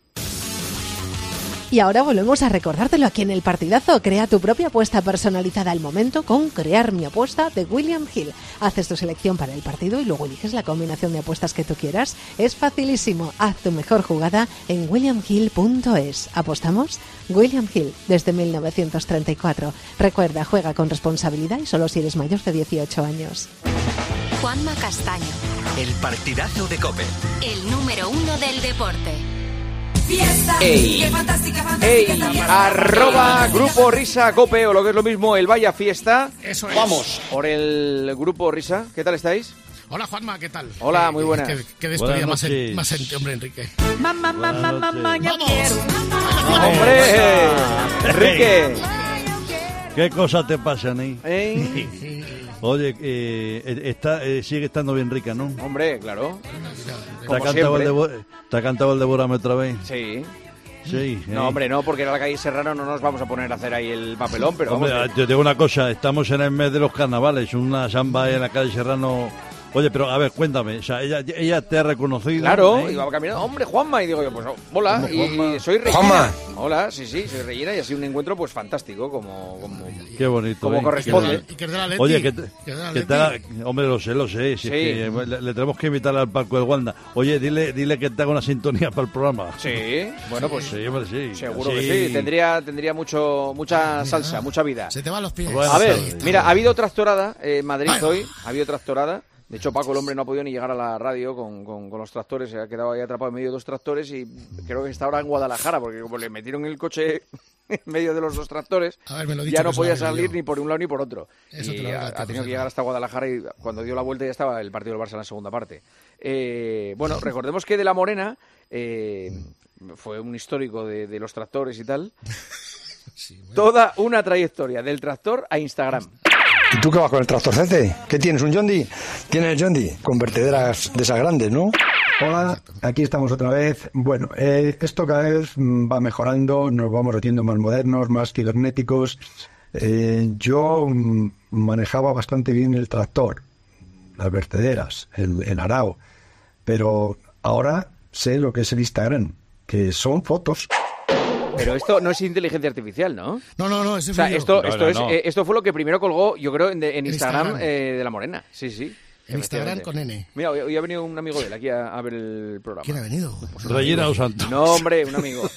[SPEAKER 25] Y ahora volvemos a recordártelo aquí en el partidazo. Crea tu propia apuesta personalizada al momento con Crear mi apuesta de William Hill. Haces tu selección para el partido y luego eliges la combinación de apuestas que tú quieras. Es facilísimo. Haz tu mejor jugada en williamhill.es. ¿Apostamos? William Hill, desde 1934. Recuerda, juega con responsabilidad y solo si eres mayor de 18 años.
[SPEAKER 24] Juanma Castaño,
[SPEAKER 18] El partidazo de Cope.
[SPEAKER 24] el número uno del deporte.
[SPEAKER 1] Ey. Ey, arroba Grupo Risa Cope, o lo que es lo mismo, el Vaya Fiesta.
[SPEAKER 20] Eso es.
[SPEAKER 1] Vamos por el Grupo Risa. ¿Qué tal estáis?
[SPEAKER 20] Hola Juanma, ¿qué tal?
[SPEAKER 1] Hola, muy
[SPEAKER 20] Eh,
[SPEAKER 1] buenas.
[SPEAKER 20] Qué, qué
[SPEAKER 1] Buenas
[SPEAKER 20] despedida más,
[SPEAKER 1] noches.
[SPEAKER 20] en, más en- hombre, Enrique.
[SPEAKER 25] Mamá, mamá, mamá, ya quiero.
[SPEAKER 1] ¡Hombre! ¡Enrique!
[SPEAKER 27] ¿Qué cosas te pasan ahí?
[SPEAKER 1] ¿Eh?
[SPEAKER 27] Oye, eh, está, eh, sigue estando bien rica, ¿no?
[SPEAKER 1] Hombre, claro.
[SPEAKER 27] ¿Te ha,
[SPEAKER 1] Como
[SPEAKER 27] cantado el
[SPEAKER 1] siempre.
[SPEAKER 27] devor- ¿Te ha cantado el Devorame otra vez?
[SPEAKER 1] Sí.
[SPEAKER 27] Sí,
[SPEAKER 1] No,
[SPEAKER 27] eh.
[SPEAKER 1] hombre, no, porque en la calle Serrano no nos vamos a poner a hacer ahí el papelón, pero vamos.
[SPEAKER 27] Hombre,
[SPEAKER 1] que-
[SPEAKER 27] ah, te digo una cosa, estamos en el mes de los carnavales, una samba en la calle Serrano. Oye, pero a ver, cuéntame, o sea, ella, ella te ha reconocido.
[SPEAKER 1] Claro,
[SPEAKER 27] ¿eh?
[SPEAKER 1] iba caminando, hombre, Juanma, y digo yo, pues oh, hola, y soy Regina.
[SPEAKER 27] Juanma.
[SPEAKER 1] Hola, sí, sí, soy Regina, y ha sido un encuentro pues fantástico, como... como-
[SPEAKER 27] Qué bonito.
[SPEAKER 1] Como
[SPEAKER 27] ¿eh?
[SPEAKER 1] corresponde.
[SPEAKER 20] Y que es de la Leti.
[SPEAKER 27] Oye, que,
[SPEAKER 20] Que es de la
[SPEAKER 27] que
[SPEAKER 20] Leti.
[SPEAKER 27] tal- hombre, lo sé, lo sé. si es
[SPEAKER 20] Sí.
[SPEAKER 27] que, eh, le, le tenemos que invitar al palco del Wanda. Oye, dile, dile que te haga una sintonía para el programa.
[SPEAKER 1] Sí, bueno, pues
[SPEAKER 27] Sí, hombre, sí.
[SPEAKER 1] seguro que sí, tendría, tendría mucho, mucha salsa, mucha vida. Se
[SPEAKER 20] te van los pies.
[SPEAKER 1] a ver,
[SPEAKER 27] Ahí está.
[SPEAKER 1] mira, ha habido tractorada eh, en Madrid hoy, ha habido tractorada. De hecho, Paco, el hombre, no ha podido ni llegar a la radio con, con- con los tractores, se ha quedado ahí atrapado en medio de dos tractores y creo que está ahora en Guadalajara, porque como le metieron el coche en medio de los dos tractores,
[SPEAKER 20] A ver, me lo he dicho
[SPEAKER 1] ya no
[SPEAKER 20] que se lo
[SPEAKER 1] podía
[SPEAKER 20] había
[SPEAKER 1] salir ni por un lado ni por otro.
[SPEAKER 20] Eso
[SPEAKER 1] Y
[SPEAKER 20] te lo habrá
[SPEAKER 1] ha,
[SPEAKER 20] dicho,
[SPEAKER 1] ha tenido que llegar hasta Guadalajara y cuando dio la vuelta ya estaba el partido del Barça en la segunda parte. Eh, bueno, recordemos que de la Morena eh,
[SPEAKER 20] Mm.
[SPEAKER 1] fue un histórico de, de los tractores y tal. Toda una trayectoria del tractor a Instagram.
[SPEAKER 14] ¿Y tú qué vas con el tractorcete? ¿Qué tienes? ¿Un Yondi? Tienes el Yondi con vertederas de esas grandes, ¿no? Hola, aquí estamos otra vez. Bueno, eh, esto cada vez mm, va mejorando, nos vamos haciendo más modernos, más cibernéticos. Eh, yo mm, manejaba bastante bien el tractor, las vertederas, el, el arao, pero ahora sé lo que es el Instagram, que son fotos.
[SPEAKER 1] Pero esto no es inteligencia artificial, ¿no?
[SPEAKER 20] No, no, no, ese
[SPEAKER 1] O sea,
[SPEAKER 20] fui yo.
[SPEAKER 1] esto,
[SPEAKER 20] No,
[SPEAKER 1] esto,
[SPEAKER 20] no,
[SPEAKER 1] es,
[SPEAKER 20] no.
[SPEAKER 1] eh, esto fue lo que primero colgó, yo creo, en, de- en Instagram,
[SPEAKER 20] Instagram.
[SPEAKER 1] eh, de la Morena. Sí, sí.
[SPEAKER 20] En Instagram
[SPEAKER 1] efectivamente.
[SPEAKER 20] con N.
[SPEAKER 1] Mira, hoy, hoy ha venido un amigo de él aquí a, a ver el programa. Pues
[SPEAKER 20] ¿Quién ha venido?
[SPEAKER 27] Rellena los santos.
[SPEAKER 1] No, hombre, un amigo.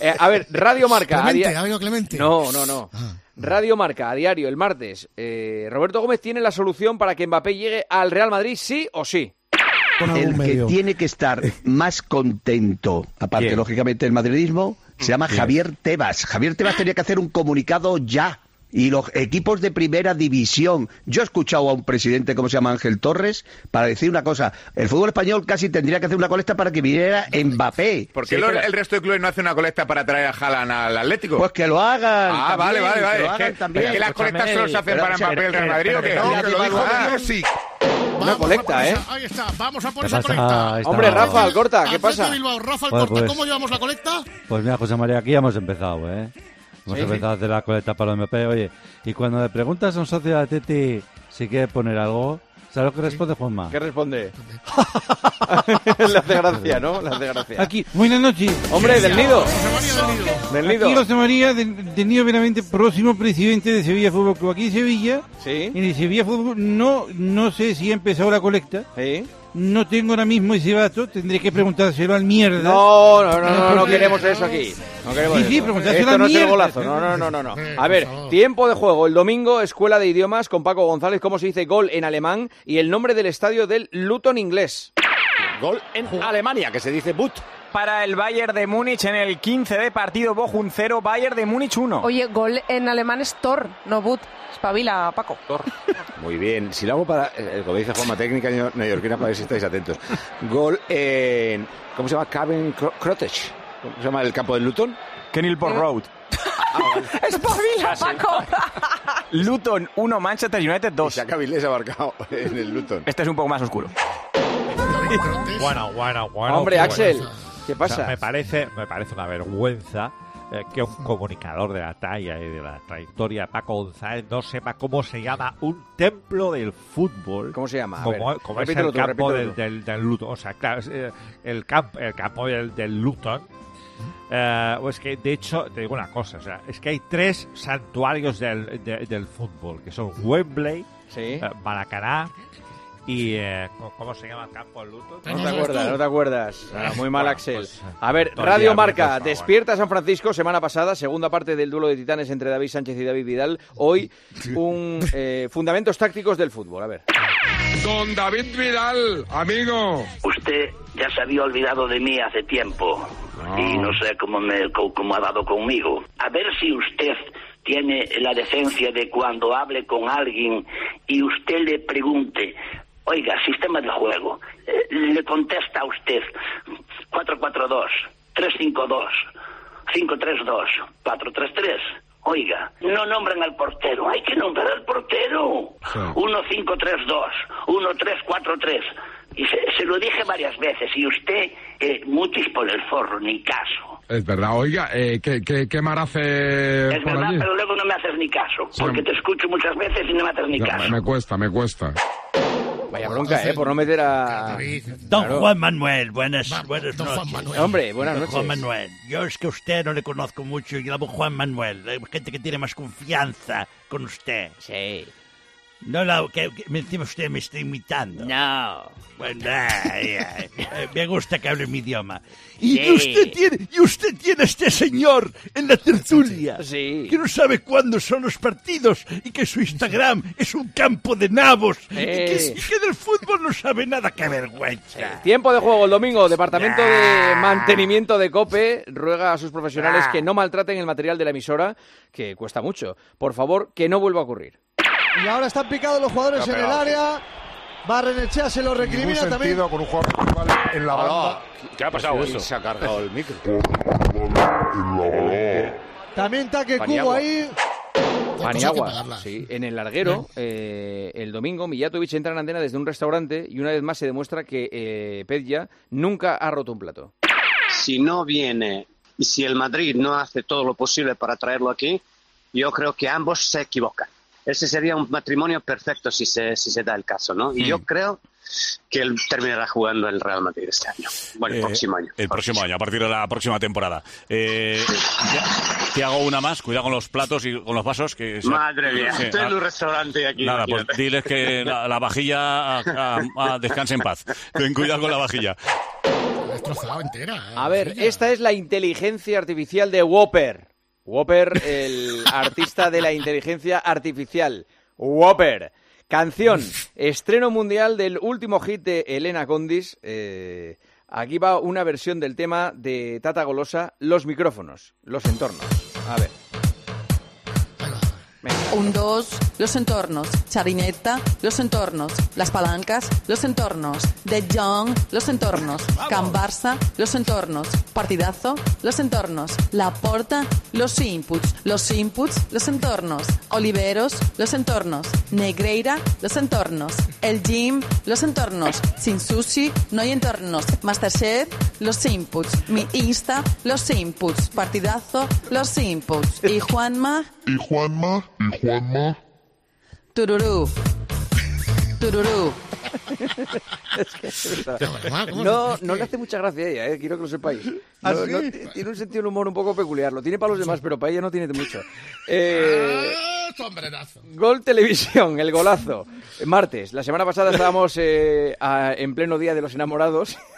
[SPEAKER 1] Eh, a ver, Radio Marca. a
[SPEAKER 20] Clemente,
[SPEAKER 1] dia-
[SPEAKER 20] ha venido Clemente. Ah.
[SPEAKER 1] No, no, no. Radio Marca, a diario, el martes. Eh, Roberto Gómez tiene la solución para que Mbappé llegue al Real Madrid, sí o sí.
[SPEAKER 28] El que tiene que estar más contento, aparte,
[SPEAKER 1] Bien. Mm,
[SPEAKER 28] lógicamente, del madridismo, se llama
[SPEAKER 1] Bien.
[SPEAKER 28] Javier Tebas. Javier Tebas tenía que hacer un comunicado ya. Y los equipos de primera división. Yo he escuchado a un presidente, como se llama Ángel Torres, para decir una cosa. El fútbol español casi tendría que hacer una colecta para que viniera Mbappé.
[SPEAKER 29] ¿Por qué
[SPEAKER 28] Sí,
[SPEAKER 29] lo-
[SPEAKER 28] pero-
[SPEAKER 29] el resto de clubes no hace una colecta para traer a Haaland al Atlético?
[SPEAKER 28] Pues que lo hagan.
[SPEAKER 29] Ah, vale,
[SPEAKER 28] también,
[SPEAKER 29] vale,
[SPEAKER 28] que
[SPEAKER 29] vale.
[SPEAKER 28] lo
[SPEAKER 29] Es que-
[SPEAKER 28] hagan también.
[SPEAKER 29] es que las colectas solo se hacen
[SPEAKER 28] Pero,
[SPEAKER 29] para
[SPEAKER 28] o sea,
[SPEAKER 29] Mbappé y el Real
[SPEAKER 28] pero-
[SPEAKER 29] Madrid, ¿o qué?
[SPEAKER 28] pero-
[SPEAKER 29] No, que lo dijo.
[SPEAKER 28] pero-
[SPEAKER 29] Ah, sí.
[SPEAKER 1] Una colecta, ¿eh?
[SPEAKER 20] Ahí está, vamos a por
[SPEAKER 27] ¿Qué
[SPEAKER 20] esa
[SPEAKER 27] pasa?
[SPEAKER 20] colecta.
[SPEAKER 27] Ah, ahí está. Hombre, Rafa,
[SPEAKER 20] Al
[SPEAKER 1] Alcorta,
[SPEAKER 20] Atleti Bilbao, Rafa
[SPEAKER 27] Bueno,
[SPEAKER 20] Alcorta,
[SPEAKER 27] pues.
[SPEAKER 20] ¿cómo llevamos la colecta?
[SPEAKER 27] Pues mira, José María, aquí ya hemos empezado, ¿eh? Hemos
[SPEAKER 20] Sí,
[SPEAKER 27] empezado a hacer la coleta para el MP. Oye, y cuando le preguntas a un socio de Teti si quiere poner algo, ¿sabes lo que responde Juanma?
[SPEAKER 1] ¿Qué responde? Le hace gracia, ¿no? Le hace gracia.
[SPEAKER 30] Aquí, buenas noches.
[SPEAKER 1] Hombre, del nido. Del nido.
[SPEAKER 30] Aquí José María, del, del nido Benavente, próximo presidente de Sevilla Fútbol Club. Aquí en Sevilla, en el Sevilla Fútbol, no, no sé si ha empezado la colecta. No tengo ahora mismo ese dato, tendré que preguntárselo al mierda.
[SPEAKER 1] No, no, no, no, no queremos eso aquí. No queremos
[SPEAKER 30] Sí, sí,
[SPEAKER 1] eso.
[SPEAKER 30] preguntárselo
[SPEAKER 1] Esto
[SPEAKER 30] al
[SPEAKER 1] no es el
[SPEAKER 30] mierda.
[SPEAKER 1] golazo. No, no, no, no, no. A ver, tiempo de juego. El domingo, Escuela de Idiomas con Paco González. ¿Cómo se dice gol en alemán? Y el nombre del estadio del Luton inglés.
[SPEAKER 22] Gol en Alemania, que se dice But. Para el Bayern de Múnich en el 15 de partido, Bochum 0, Bayern de Múnich 1.
[SPEAKER 31] Oye, gol en alemán es Thor, no But. Espabila, Paco.
[SPEAKER 22] Muy bien, si lo hago para, eh, como dice Juanma, técnica neo- neoyorquina, para ver si estáis atentos. Gol en, ¿cómo se llama? Caven Cro- Cottage. ¿Cómo se llama el campo del Luton? Kenilport Road.
[SPEAKER 31] Espabila, Paco.
[SPEAKER 22] Luton 1, Manchester United 2. Isaac Avilés ha marcado en el Luton. Este es un poco más oscuro.
[SPEAKER 2] Bueno, bueno, Ah, bueno.
[SPEAKER 22] Hombre,
[SPEAKER 2] qué
[SPEAKER 22] Axel,
[SPEAKER 2] vergüenza.
[SPEAKER 22] ¿qué pasa?
[SPEAKER 2] O sea, me, parece, me parece una vergüenza eh, que un comunicador de la talla y de la trayectoria de Paco González no sepa cómo se llama un templo del fútbol.
[SPEAKER 1] ¿Cómo se llama? A
[SPEAKER 2] Como,
[SPEAKER 1] ver,
[SPEAKER 2] como es
[SPEAKER 1] repítelo
[SPEAKER 2] el
[SPEAKER 1] tú,
[SPEAKER 2] campo
[SPEAKER 1] repítelo
[SPEAKER 2] del,
[SPEAKER 1] tú.
[SPEAKER 2] del, del Luton. O sea, claro, es, eh, el, camp- el campo del, del Luton
[SPEAKER 4] Eh, o es que, de hecho, te digo una cosa, o sea, es que hay tres santuarios del, de- del fútbol, que son Wembley, eh, Maracaná y... eh, co- ¿Cómo se llama el campo Luto?
[SPEAKER 1] No te acuerdas, no te acuerdas. Ah, muy mal,
[SPEAKER 4] Bueno,
[SPEAKER 1] Axel.
[SPEAKER 4] pues,
[SPEAKER 1] a ver,
[SPEAKER 4] todo el
[SPEAKER 1] Radio
[SPEAKER 4] día
[SPEAKER 1] Marca,
[SPEAKER 4] hablando,
[SPEAKER 1] despierta San Francisco, semana pasada, segunda parte del duelo de titanes entre David Sánchez y David Vidal. Hoy, un eh, fundamentos tácticos del fútbol. A ver.
[SPEAKER 9] Don David Vidal, amigo. Usted ya se había olvidado de mí hace tiempo. Y no sé cómo, me, co- cómo ha dado conmigo. A ver si usted tiene la decencia de cuando hable con alguien y usted le pregunte, oiga, sistema de juego. Eh, le contesta a usted 442, 352, 532, 433. Oiga, no nombran al portero, hay que nombrar al portero. 1532, 1343. Y se, se lo dije varias veces y usted, eh, mutis por el forro, ni caso.
[SPEAKER 29] Es verdad, oiga, eh, ¿qué, qué, qué mar hace
[SPEAKER 9] es
[SPEAKER 29] por
[SPEAKER 9] verdad,
[SPEAKER 29] allí?
[SPEAKER 9] pero luego no me haces ni caso, porque te escucho muchas veces y no me haces ni
[SPEAKER 29] No,
[SPEAKER 9] caso.
[SPEAKER 29] me cuesta, me cuesta.
[SPEAKER 1] Vaya bronca, ¿eh? Por no meter a...
[SPEAKER 32] Don
[SPEAKER 1] Claro.
[SPEAKER 32] Juan Manuel, buenas, buenas noches.
[SPEAKER 1] Hombre, buenas
[SPEAKER 32] Don
[SPEAKER 1] noches.
[SPEAKER 32] Juan Manuel, yo es que a usted no le conozco mucho y llamo Juan Manuel. Hay gente que tiene más confianza con usted.
[SPEAKER 1] Sí.
[SPEAKER 32] No, la, que, que- me encima usted me está imitando.
[SPEAKER 1] No.
[SPEAKER 32] Bueno, ay, ay, eh, me gusta que hable mi idioma.
[SPEAKER 33] Y
[SPEAKER 32] que
[SPEAKER 33] usted tiene, y usted tiene a este señor en la tertulia, que no sabe cuándo son los partidos y que su Instagram es un campo de nabos y, que,
[SPEAKER 1] Eh.
[SPEAKER 32] y que del fútbol no sabe nada. ¡Qué vergüenza!
[SPEAKER 1] Tiempo de juego el domingo. Departamento de Mantenimiento de COPE ruega a sus profesionales que no maltraten el material de la emisora, que cuesta mucho. Por favor, que no vuelva a ocurrir.
[SPEAKER 21] Y ahora están picados los jugadores
[SPEAKER 1] Está
[SPEAKER 21] en el
[SPEAKER 1] pegado,
[SPEAKER 21] área. Barrenechea se lo
[SPEAKER 9] Ningún
[SPEAKER 21] recrimina
[SPEAKER 9] sentido
[SPEAKER 21] también.
[SPEAKER 9] con un jugador principal en la
[SPEAKER 29] banda.
[SPEAKER 18] ¿Qué ha pasado?
[SPEAKER 29] eso?
[SPEAKER 18] Se ha cargado el micro.
[SPEAKER 21] También taque Cubo
[SPEAKER 1] Paniagua.
[SPEAKER 21] ahí.
[SPEAKER 1] Paniagua, sí, en el larguero, eh, el domingo, Mijatovic entra en antena desde un restaurante y una vez más se demuestra que eh, Pedja nunca ha roto un plato.
[SPEAKER 34] si no viene y si el Madrid no hace todo lo posible para traerlo aquí, yo creo que ambos se equivocan. Ese sería un matrimonio perfecto si se, si se da el caso, ¿no? Y yo creo que él terminará jugando en el Real Madrid este año. Bueno, el
[SPEAKER 22] Eh,
[SPEAKER 34] próximo año.
[SPEAKER 22] El próximo año, a partir de la próxima temporada. Eh, te- te hago una más, cuidado con los platos y con los vasos. Que se-
[SPEAKER 34] Madre mía,
[SPEAKER 22] Sí,
[SPEAKER 34] estoy
[SPEAKER 22] ah,
[SPEAKER 34] en un restaurante aquí.
[SPEAKER 22] Nada, pues
[SPEAKER 34] imagínate.
[SPEAKER 22] diles que la, la vajilla ah, ah, ah, descanse en paz. Ten cuidado con la vajilla.
[SPEAKER 1] A ver, esta es la inteligencia artificial de Whopper. Whopper, el artista de la inteligencia artificial. Whopper. Canción, estreno mundial del último hit de Elena Condis. Eh, aquí va una versión del tema de Tata Golosa, los micrófonos, los entornos. A ver.
[SPEAKER 35] Un, dos, los entornos. Charineta, los entornos. Las palancas, los entornos. De Jong, los entornos. Can Barça, los entornos. Partidazo, los entornos. La Porta, los inputs. Los inputs, los entornos. Oliveros, los entornos. Negreira, los entornos. El gym, los entornos. Sin sushi, no hay entornos. Masterchef, los inputs. Mi Insta, los inputs. Partidazo, los inputs. Y Juanma,
[SPEAKER 23] Y Juanma. Y Juanma.
[SPEAKER 35] Tururú. Tururú.
[SPEAKER 1] No, no le hace mucha gracia a ella, eh, quiero que lo sepáis. No,
[SPEAKER 34] ¿Ah,
[SPEAKER 1] no,
[SPEAKER 34] sí?
[SPEAKER 1] t- tiene un sentido del humor un poco peculiar, lo tiene para los demás, pero para ella no tiene mucho. Eh, Gol Televisión, el golazo. Martes, la semana pasada estábamos eh, a- en pleno día de los enamorados.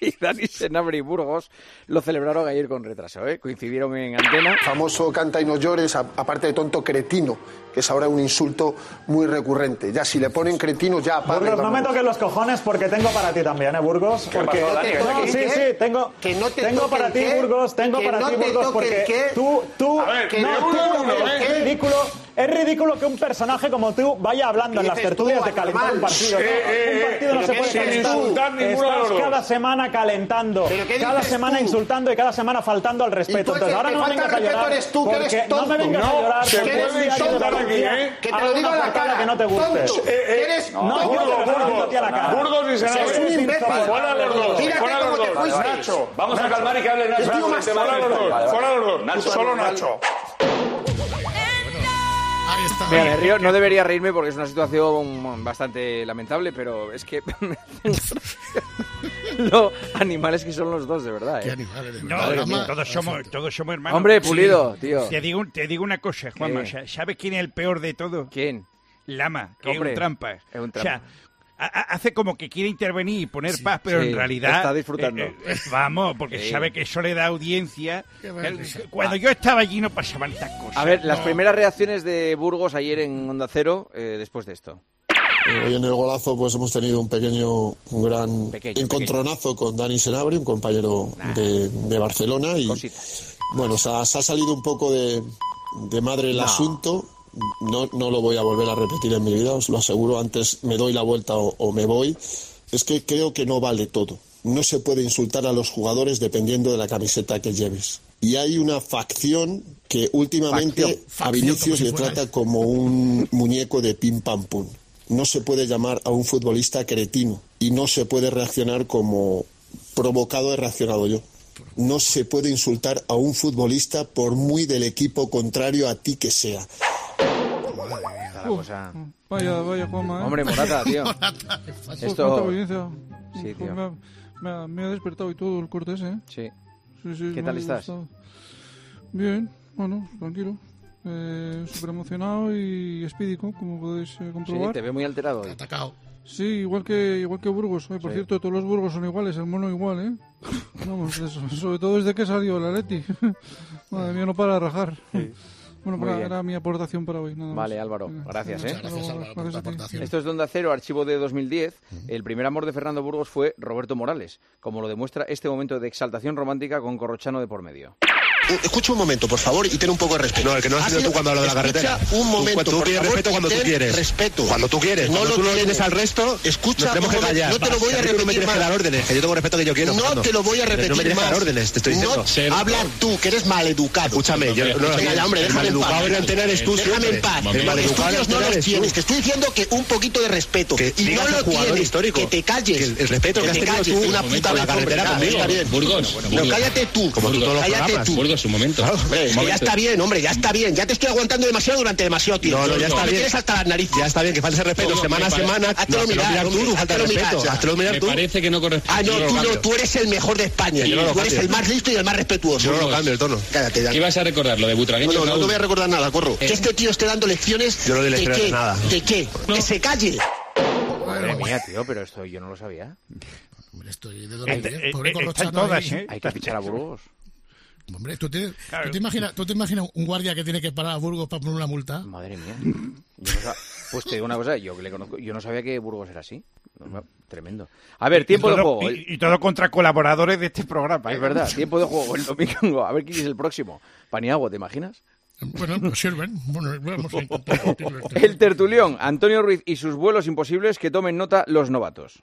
[SPEAKER 1] Y Dani Senabre y Burgos lo celebraron ayer con retraso, ¿eh? Coincidieron en antena.
[SPEAKER 3] Famoso canta y no llores, a- aparte de tonto cretino, que es ahora un insulto muy recurrente. Ya si le ponen cretino, ya aparte.
[SPEAKER 2] Burgos, no me toques los cojones porque tengo para ti también, ¿eh, Burgos?
[SPEAKER 3] ¿Qué
[SPEAKER 2] Porque-
[SPEAKER 3] pasó, Dani? ¿Que
[SPEAKER 2] No,
[SPEAKER 3] no te
[SPEAKER 2] sí,
[SPEAKER 3] qué?
[SPEAKER 2] sí, tengo,
[SPEAKER 3] ¿Que no te
[SPEAKER 2] tengo
[SPEAKER 3] toque
[SPEAKER 2] para
[SPEAKER 3] el
[SPEAKER 2] ti,
[SPEAKER 3] qué?
[SPEAKER 2] Burgos, tengo
[SPEAKER 3] ¿Que
[SPEAKER 2] para
[SPEAKER 3] no
[SPEAKER 2] ti,
[SPEAKER 3] te
[SPEAKER 2] Burgos,
[SPEAKER 3] toque el
[SPEAKER 2] porque
[SPEAKER 3] qué?
[SPEAKER 2] tú, tú,
[SPEAKER 3] A ver, que
[SPEAKER 2] no,
[SPEAKER 3] de
[SPEAKER 2] tú,
[SPEAKER 3] uno a uno,
[SPEAKER 2] Burgos,
[SPEAKER 3] ¿eh?
[SPEAKER 2] es ridículo, es ridículo que un personaje como tú vaya hablando en las
[SPEAKER 3] Dices tú,
[SPEAKER 2] tertulias de calentar
[SPEAKER 3] animal.
[SPEAKER 2] un partido.
[SPEAKER 3] Eh, eh,
[SPEAKER 2] un partido no
[SPEAKER 3] eh,
[SPEAKER 2] se
[SPEAKER 3] pero
[SPEAKER 2] puede
[SPEAKER 3] ¿qué dices
[SPEAKER 2] calentar.
[SPEAKER 3] tú?
[SPEAKER 2] Estás
[SPEAKER 3] Ninguno de los dos.
[SPEAKER 2] cada semana calentando,
[SPEAKER 3] ¿Pero qué
[SPEAKER 2] cada
[SPEAKER 3] dices
[SPEAKER 2] semana
[SPEAKER 3] tú?
[SPEAKER 2] insultando y cada semana faltando al
[SPEAKER 3] Y
[SPEAKER 2] respeto.
[SPEAKER 3] tú el que
[SPEAKER 2] Entonces, ahora
[SPEAKER 3] te
[SPEAKER 2] no me
[SPEAKER 3] falta
[SPEAKER 2] vengas a
[SPEAKER 3] respeto
[SPEAKER 2] llorar.
[SPEAKER 3] eres tú, que eres
[SPEAKER 2] porque No me
[SPEAKER 3] tonto.
[SPEAKER 2] vengas a
[SPEAKER 3] No,
[SPEAKER 2] llorar.
[SPEAKER 3] se
[SPEAKER 2] porque
[SPEAKER 3] puede
[SPEAKER 2] un día
[SPEAKER 3] insultar
[SPEAKER 2] llorar un
[SPEAKER 3] aquí,
[SPEAKER 2] día,
[SPEAKER 3] ¿eh? Que te
[SPEAKER 2] haz
[SPEAKER 3] lo
[SPEAKER 2] una
[SPEAKER 3] digo a la
[SPEAKER 2] portada
[SPEAKER 3] cara,
[SPEAKER 2] que no te guste.
[SPEAKER 3] tonto. Eh, eh, Eres-
[SPEAKER 2] No,
[SPEAKER 3] no,
[SPEAKER 2] yo te lo
[SPEAKER 3] Burgos,
[SPEAKER 2] estoy diciendo
[SPEAKER 3] Burgos.
[SPEAKER 2] a ti a la cara.
[SPEAKER 3] Burgos y Sanabria. Eres un imbécil. Fuera los dos,
[SPEAKER 2] Mírate
[SPEAKER 3] fuera
[SPEAKER 2] cómo
[SPEAKER 3] los
[SPEAKER 2] te
[SPEAKER 3] dos.
[SPEAKER 2] fuiste.
[SPEAKER 3] Nacho,
[SPEAKER 34] vamos a calmar y que hable Nacho.
[SPEAKER 2] El tío
[SPEAKER 3] Fuera
[SPEAKER 2] más
[SPEAKER 3] los dos,
[SPEAKER 2] santo.
[SPEAKER 3] fuera los dos.
[SPEAKER 2] Vale, vale.
[SPEAKER 3] Nacho, solo Nacho.
[SPEAKER 1] Mira, me río, no debería reírme porque es una situación bastante lamentable, pero es que... lo animales que son los dos, de verdad. ¿eh?
[SPEAKER 30] No, todos somos, todos somos hermanos.
[SPEAKER 1] Hombre, pulido, tío.
[SPEAKER 30] Te digo, te digo una cosa, Juanma. sa- ¿Sabes quién es el peor de todo?
[SPEAKER 1] ¿Quién?
[SPEAKER 30] Lama, que
[SPEAKER 1] Hombre,
[SPEAKER 30] es un trampa.
[SPEAKER 1] es un
[SPEAKER 30] O sea,
[SPEAKER 1] trampa.
[SPEAKER 30] a- a- hace como que quiere intervenir y poner paz, pero
[SPEAKER 1] Sí,
[SPEAKER 30] en realidad...
[SPEAKER 1] está disfrutando.
[SPEAKER 30] eh, vamos, porque
[SPEAKER 1] Sí.
[SPEAKER 30] sabe que eso le da audiencia.
[SPEAKER 1] Qué vergüenza.
[SPEAKER 30] Cuando yo estaba allí no pasaban estas cosas.
[SPEAKER 1] A ver, las
[SPEAKER 30] No.
[SPEAKER 1] primeras reacciones de Burgos ayer en Onda Cero, eh, después de esto.
[SPEAKER 20] Hoy en el golazo pues hemos tenido un pequeño, un gran
[SPEAKER 1] Pequeño,
[SPEAKER 20] encontronazo con Dani Senabri, un compañero de, de Barcelona. Y bueno, se ha, se ha salido un poco de, de madre el
[SPEAKER 36] No.
[SPEAKER 20] asunto. No, no lo voy a volver a repetir en mi vida, os lo aseguro. Antes me doy la vuelta o, o me voy. Es que creo que no vale todo. No se puede insultar a los jugadores dependiendo de la camiseta que lleves. Y hay una facción que últimamente
[SPEAKER 37] Facción,
[SPEAKER 20] a
[SPEAKER 37] facción, como
[SPEAKER 20] Vinicius
[SPEAKER 37] si
[SPEAKER 20] le
[SPEAKER 37] fuera
[SPEAKER 20] trata como un muñeco de pim pam pum. No se puede llamar a un futbolista cretino y no se puede reaccionar como provocado he reaccionado yo. No se puede insultar a un futbolista por muy del equipo contrario a ti que sea.
[SPEAKER 1] la cosa.
[SPEAKER 30] Vaya, vaya, Juanma. ¿eh?
[SPEAKER 20] Hombre, Morata, tío. Morata, qué fácil.
[SPEAKER 30] Esto...
[SPEAKER 20] Esto-
[SPEAKER 30] Cuánta violencia.
[SPEAKER 1] Sí, tío.
[SPEAKER 30] Me ha, me ha- me ha despertado y todo el corte ese, ¿eh?
[SPEAKER 1] Sí.
[SPEAKER 30] Sí, sí, me
[SPEAKER 1] ¿Qué tal
[SPEAKER 30] ha
[SPEAKER 1] estás?
[SPEAKER 30] gustado. Bien, bueno, tranquilo. Eh, Súper emocionado y espídico, como podéis eh,
[SPEAKER 1] Sí,
[SPEAKER 30] comprobar.
[SPEAKER 1] te veo muy alterado. hoy.
[SPEAKER 30] Sí, igual que igual que Burgos. Ay, por
[SPEAKER 1] Sí.
[SPEAKER 30] cierto, todos los Burgos son iguales, el mono igual, ¿eh? Vamos, eso- sobre todo desde que salió el Atleti. Madre mía, no para de rajar. Bueno,
[SPEAKER 1] Muy
[SPEAKER 30] para,
[SPEAKER 1] bien.
[SPEAKER 30] era mi aportación para hoy. nada más.
[SPEAKER 1] Vale, Álvaro,
[SPEAKER 30] Venga.
[SPEAKER 1] gracias, ¿eh?
[SPEAKER 30] Mm. Hasta luego, gracias a ti.
[SPEAKER 1] Esto es Donde Acero, archivo de 2010. El primer amor de Fernando Burgos fue Roberto Morales, como lo demuestra este momento de exaltación romántica con Corrochano de por medio.
[SPEAKER 20] Escucha un momento, por favor, y ten un poco de respeto.
[SPEAKER 28] No, el que no has
[SPEAKER 20] Ha
[SPEAKER 28] sido tú cuando hablas de la
[SPEAKER 20] escucha
[SPEAKER 28] carretera.
[SPEAKER 20] un
[SPEAKER 28] Tú,
[SPEAKER 20] momento,
[SPEAKER 28] tú
[SPEAKER 20] por
[SPEAKER 28] pides
[SPEAKER 20] favor,
[SPEAKER 28] respeto cuando tú
[SPEAKER 20] ten
[SPEAKER 28] quieres.
[SPEAKER 20] respeto.
[SPEAKER 28] Cuando tú quieres.
[SPEAKER 20] No
[SPEAKER 28] cuando
[SPEAKER 20] lo
[SPEAKER 28] tú no
[SPEAKER 20] tienes.
[SPEAKER 28] tienes al resto,
[SPEAKER 20] Escucha
[SPEAKER 28] nos tenemos
[SPEAKER 20] un
[SPEAKER 28] que
[SPEAKER 20] momento,
[SPEAKER 28] callar.
[SPEAKER 20] no te lo
[SPEAKER 28] Basta,
[SPEAKER 20] voy a
[SPEAKER 28] que tú no me
[SPEAKER 20] repetir
[SPEAKER 28] tienes que
[SPEAKER 20] más.
[SPEAKER 28] dar órdenes, que yo tengo el respeto que yo quiero.
[SPEAKER 20] No
[SPEAKER 28] Fernando.
[SPEAKER 20] te lo voy a
[SPEAKER 28] No me
[SPEAKER 20] repetir
[SPEAKER 28] tienes que dar
[SPEAKER 20] más.
[SPEAKER 28] órdenes, te estoy
[SPEAKER 20] No,
[SPEAKER 28] diciendo.
[SPEAKER 20] habla tú, que eres maleducado.
[SPEAKER 28] Escúchame, yo no
[SPEAKER 20] Venga, ya, hombre,
[SPEAKER 28] El
[SPEAKER 20] déjame en paz.
[SPEAKER 28] maleducado en antena eres tú.
[SPEAKER 20] Déjame
[SPEAKER 28] siempre.
[SPEAKER 20] en paz.
[SPEAKER 28] El maleducado en
[SPEAKER 20] Estudios no
[SPEAKER 28] antena
[SPEAKER 20] los
[SPEAKER 28] eres tú.
[SPEAKER 20] tienes. Que estoy diciendo que un poquito de respeto.
[SPEAKER 28] Que
[SPEAKER 20] y no
[SPEAKER 28] digas al
[SPEAKER 20] lo
[SPEAKER 28] jugador
[SPEAKER 20] tienes.
[SPEAKER 28] histórico.
[SPEAKER 20] Que te calles.
[SPEAKER 28] Que el- el respeto que
[SPEAKER 20] te
[SPEAKER 28] has tenido
[SPEAKER 20] calles,
[SPEAKER 28] tú
[SPEAKER 20] una
[SPEAKER 28] un momento
[SPEAKER 20] puta
[SPEAKER 28] en la
[SPEAKER 20] vez, hombre,
[SPEAKER 28] carretera
[SPEAKER 20] ya,
[SPEAKER 28] conmigo.
[SPEAKER 20] está bien.
[SPEAKER 28] Burgos, bueno,
[SPEAKER 20] No,
[SPEAKER 28] Burgos.
[SPEAKER 20] cállate tú.
[SPEAKER 28] Como tú todos los
[SPEAKER 20] cállate
[SPEAKER 28] programas.
[SPEAKER 20] tú.
[SPEAKER 28] Burgos, un momento.
[SPEAKER 20] Claro, hombre,
[SPEAKER 28] Un
[SPEAKER 20] es que ya
[SPEAKER 28] momento.
[SPEAKER 20] está bien, hombre, ya está bien. Ya te estoy aguantando demasiado durante demasiado tiempo.
[SPEAKER 28] No, no, ya está
[SPEAKER 20] Me
[SPEAKER 28] bien.
[SPEAKER 20] tienes hasta las narices.
[SPEAKER 28] Ya está bien, que falte ese respeto
[SPEAKER 20] No, no,
[SPEAKER 28] semana
[SPEAKER 20] me
[SPEAKER 28] a
[SPEAKER 20] pare-
[SPEAKER 28] semana.
[SPEAKER 20] Háztelo
[SPEAKER 28] No,
[SPEAKER 20] mirar,
[SPEAKER 28] tú,
[SPEAKER 20] hombre,
[SPEAKER 28] tú, falta de
[SPEAKER 20] háztelo mirar,
[SPEAKER 28] respeto.
[SPEAKER 20] ya.
[SPEAKER 28] Háztelo mirar
[SPEAKER 20] Me
[SPEAKER 28] tú.
[SPEAKER 20] parece
[SPEAKER 28] que no corresponde.
[SPEAKER 20] Ah, no, tú no, tú eres el mejor de España.
[SPEAKER 28] Yo no lo
[SPEAKER 20] tú eres
[SPEAKER 28] cambio.
[SPEAKER 20] el más listo y el más respetuoso.
[SPEAKER 28] Yo no lo cambio el tono.
[SPEAKER 20] Cállate ya.
[SPEAKER 28] ¿Qué ibas a recordar? ¿Lo de Butragueño?
[SPEAKER 20] No, no, no
[SPEAKER 28] Raúl?
[SPEAKER 20] te voy a recordar nada, corro.
[SPEAKER 28] Eh.
[SPEAKER 20] Que este tío esté dando lecciones.
[SPEAKER 28] Yo no doy
[SPEAKER 20] ¿De
[SPEAKER 28] lecciones
[SPEAKER 20] qué?
[SPEAKER 28] de nada.
[SPEAKER 20] ¿De qué? Que se calle.
[SPEAKER 1] Madre mía, tío, pero esto yo no lo sabía.
[SPEAKER 20] Estoy
[SPEAKER 1] dónde
[SPEAKER 30] Este- viene? eh, Pobre eh,
[SPEAKER 20] con
[SPEAKER 30] Corrochano están todas, ahí. ¿eh?
[SPEAKER 1] Hay que fichar a Burgos.
[SPEAKER 20] Hombre, tú te,
[SPEAKER 30] Claro.
[SPEAKER 20] tú te imaginas, tú te imaginas un guardia que tiene que parar a Burgos para poner una multa.
[SPEAKER 1] Madre mía. Yo no sab- pues te digo una cosa, yo que le conozco, yo no sabía que Burgos era así. No, no, Tremendo. A ver, tiempo
[SPEAKER 30] Y
[SPEAKER 1] de
[SPEAKER 30] todo-
[SPEAKER 1] juego.
[SPEAKER 30] Y, y todo contra colaboradores de este programa. ¿eh?
[SPEAKER 1] Es verdad, tiempo de juego el domingo. A ver quién es el próximo. Paniagua, ¿te imaginas?
[SPEAKER 20] Bueno, pues sirven. Bueno, vamos a intentar.
[SPEAKER 1] El tertulión, Antonio Ruiz y sus vuelos imposibles que tomen nota los novatos.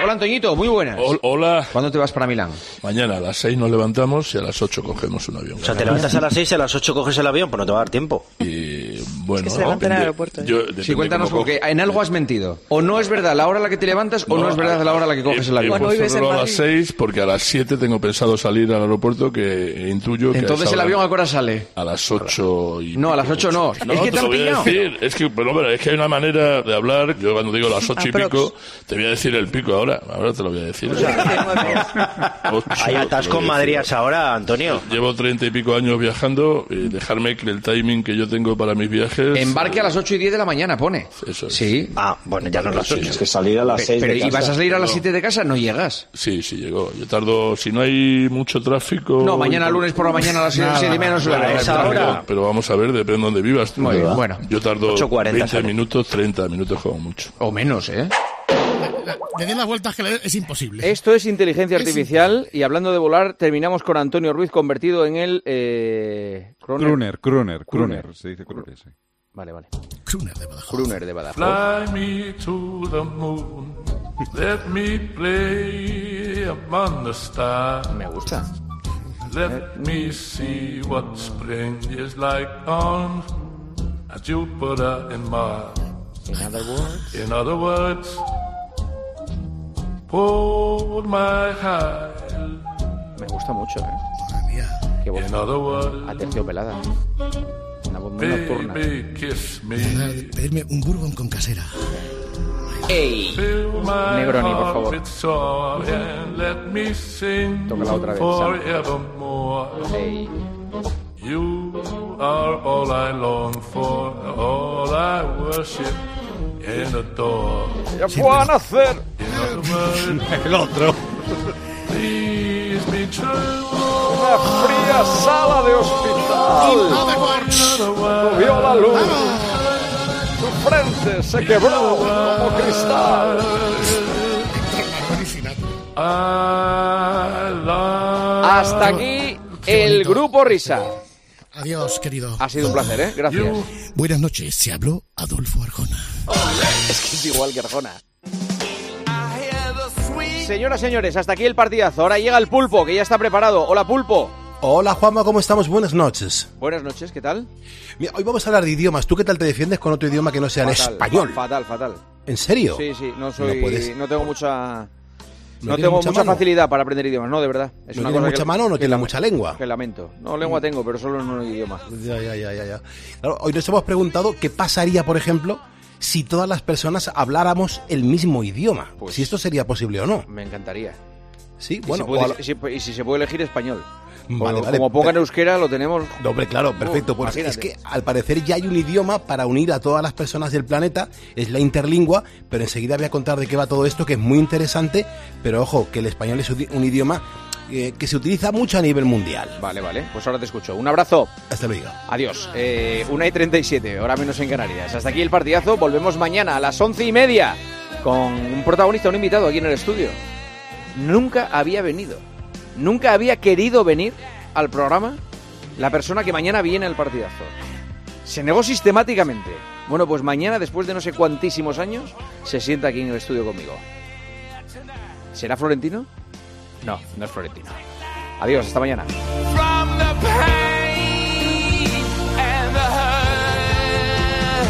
[SPEAKER 1] Hola Antoñito, muy buenas.
[SPEAKER 13] Hola.
[SPEAKER 1] ¿Cuándo te vas para Milán?
[SPEAKER 13] Mañana a las 6 nos levantamos y a las 8 cogemos un avión.
[SPEAKER 31] O sea, te levantas a las 6 y a las 8 coges el avión, pues no te va a dar tiempo.
[SPEAKER 13] Y bueno,
[SPEAKER 31] Es que se levanta en el
[SPEAKER 13] depende-
[SPEAKER 31] aeropuerto, ¿eh?
[SPEAKER 13] yo-
[SPEAKER 1] Sí,
[SPEAKER 13] depende
[SPEAKER 1] cuéntanos
[SPEAKER 13] cómo
[SPEAKER 1] porque en algo has mentido. O no es verdad la hora a la que te levantas o no, es verdad la hora a la que coges el avión.
[SPEAKER 13] He puesto solo eh, a las 6 porque a las 7 tengo pensado salir al aeropuerto que intuyo que... a
[SPEAKER 1] Entonces
[SPEAKER 13] esa
[SPEAKER 1] el
[SPEAKER 13] hora-
[SPEAKER 1] avión a qué hora sale.
[SPEAKER 13] A las 8 y...
[SPEAKER 1] No, a las 8 no.
[SPEAKER 13] No,
[SPEAKER 1] es que te,
[SPEAKER 13] lo
[SPEAKER 1] han
[SPEAKER 13] voy a
[SPEAKER 1] pillado.
[SPEAKER 13] decir. Es que, pero, hombre, es que hay una manera de hablar. Yo cuando digo las 8 y
[SPEAKER 31] Aprox.
[SPEAKER 13] pico, te voy a decir el pico ahora. Ahora te lo voy a decir. Ocho,
[SPEAKER 31] Hay atasco
[SPEAKER 13] te lo
[SPEAKER 31] en
[SPEAKER 13] voy a
[SPEAKER 31] Madrid
[SPEAKER 13] decir.
[SPEAKER 31] a esa hora, Antonio.
[SPEAKER 13] Llevo treinta y pico años viajando y dejarme que el timing que yo tengo para mis viajes.
[SPEAKER 1] Embarque a las 8 y 10 de la mañana, pone.
[SPEAKER 13] Eso es.
[SPEAKER 1] Sí.
[SPEAKER 13] Ah, bueno, ya no
[SPEAKER 1] las ocho.
[SPEAKER 13] Es que salir a
[SPEAKER 1] Pe- pero ¿y vas a salir a las 7 de casa? No llegas.
[SPEAKER 13] Sí, sí, llegó. Yo tardo, si no hay mucho tráfico.
[SPEAKER 1] No, mañana lunes por la mañana a las siete- Nada. siete y media no suele haber
[SPEAKER 13] pero-
[SPEAKER 1] tráfico.
[SPEAKER 13] pero- Pero vamos a ver, depende de dónde vivas. tú.
[SPEAKER 1] Muy bien, bueno.
[SPEAKER 13] Yo tardo
[SPEAKER 31] 8:40
[SPEAKER 13] 20
[SPEAKER 31] sale.
[SPEAKER 13] minutos, 30 minutos como mucho.
[SPEAKER 1] O menos, ¿eh?
[SPEAKER 20] Le den las vueltas que le den, es imposible.
[SPEAKER 1] Esto es inteligencia
[SPEAKER 20] Es
[SPEAKER 1] artificial y hablando de volar, terminamos con Antonio Ruiz convertido en el... Eh, Kroner.
[SPEAKER 17] Kruner, Kruner,
[SPEAKER 1] Kruner.
[SPEAKER 17] Kruner, se dice Kruner, sí.
[SPEAKER 1] Vale, vale. Kruner de Badajoz. Kruner de Badajoz.
[SPEAKER 31] Fly me to the moon. Let me play among the stars.
[SPEAKER 1] Me gusta.
[SPEAKER 31] Let me see what spring is like on Jupiter and Mars.
[SPEAKER 1] In other words,
[SPEAKER 31] In other words, hold my hand.
[SPEAKER 1] Me gusta mucho, ¿eh? Qué voz.
[SPEAKER 31] In other words,
[SPEAKER 1] Aterciopelada. Una voz muy nocturna.
[SPEAKER 31] baby, kiss me.
[SPEAKER 20] Pedirme un bourbon con casera.
[SPEAKER 38] Ey.
[SPEAKER 1] Negroni, por favor.
[SPEAKER 31] Toca
[SPEAKER 1] la otra vez, Sam.
[SPEAKER 31] You are all I long for, all I worship and adore.
[SPEAKER 1] Ya puedo nacer.
[SPEAKER 31] El otro.
[SPEAKER 27] Una fría sala de hospital. Subió la luz. Su frente se quebró como cristal.
[SPEAKER 1] Hasta aquí el grupo Risa.
[SPEAKER 28] Adiós, querido.
[SPEAKER 1] Ha sido un placer, ¿eh? Gracias.
[SPEAKER 28] Buenas noches, se habló Adolfo Arjona.
[SPEAKER 1] Es que es igual que Arjona. Señoras, señores, hasta aquí el partidazo. Ahora llega el pulpo, que ya está preparado. Hola, pulpo.
[SPEAKER 39] Hola Juanma, ¿cómo estamos? Buenas noches.
[SPEAKER 1] Buenas noches, ¿qué tal?
[SPEAKER 39] Mira, hoy vamos a hablar de idiomas. ¿Tú qué tal te defiendes con otro idioma que no sea el
[SPEAKER 1] Fatal,
[SPEAKER 39] español?
[SPEAKER 1] Fatal, fatal.
[SPEAKER 39] ¿En serio?
[SPEAKER 1] Sí, sí, no
[SPEAKER 39] No puedes-
[SPEAKER 1] soy. No, tengo mucha.
[SPEAKER 39] ¿No
[SPEAKER 1] No
[SPEAKER 39] tienes
[SPEAKER 1] tengo
[SPEAKER 39] mucha
[SPEAKER 1] mucha,
[SPEAKER 39] mano?
[SPEAKER 1] facilidad para aprender idiomas, no, de verdad. Es
[SPEAKER 39] ¿No
[SPEAKER 1] una
[SPEAKER 39] tienes
[SPEAKER 1] cosa
[SPEAKER 39] mucha
[SPEAKER 1] que-
[SPEAKER 39] mano o no
[SPEAKER 1] que
[SPEAKER 39] tienes
[SPEAKER 1] lame-
[SPEAKER 39] mucha lengua?
[SPEAKER 1] Que lamento. No, lengua tengo, pero solo en un idioma.
[SPEAKER 39] Ya, ya, ya, ya, ya. Claro, hoy nos hemos preguntado qué pasaría, por ejemplo, si todas las personas habláramos el mismo idioma.
[SPEAKER 1] Pues
[SPEAKER 39] si esto sería posible o no.
[SPEAKER 1] Me encantaría.
[SPEAKER 39] Sí,
[SPEAKER 1] Y
[SPEAKER 39] bueno,
[SPEAKER 1] si puede-
[SPEAKER 39] o a lo-
[SPEAKER 1] y si- y si se puede elegir español.
[SPEAKER 39] Vale,
[SPEAKER 1] como,
[SPEAKER 39] vale.
[SPEAKER 1] como pongan euskera, lo tenemos.
[SPEAKER 39] No, hombre, claro, perfecto.
[SPEAKER 1] Uh,
[SPEAKER 39] Bueno, es
[SPEAKER 1] imagínate.
[SPEAKER 39] que al parecer ya hay un idioma para unir a todas las personas del planeta, es la interlingua, pero enseguida voy a contar de qué va todo esto, que es muy interesante, pero ojo, que el español es un idioma eh, que se utiliza mucho a nivel mundial.
[SPEAKER 1] Vale, vale. Pues ahora te escucho. Un abrazo.
[SPEAKER 39] Hasta luego.
[SPEAKER 1] Adiós. Eh, una y 37, ahora menos en Canarias. Hasta aquí el partidazo. Volvemos mañana a las once y media con un protagonista, un invitado aquí en el estudio. Nunca había venido, nunca había querido venir al programa la persona que mañana viene al partidazo. Se negó sistemáticamente. Bueno, pues mañana, después de no sé cuantísimos años, se sienta aquí en el estudio conmigo. ¿Será Florentino? No, no es Florentino. Adiós, hasta mañana.
[SPEAKER 27] From the pain and the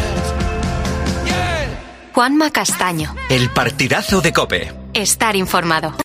[SPEAKER 27] hurt. Yeah.
[SPEAKER 24] Juanma Castaño.
[SPEAKER 18] El partidazo de Cope.
[SPEAKER 24] Estar informado.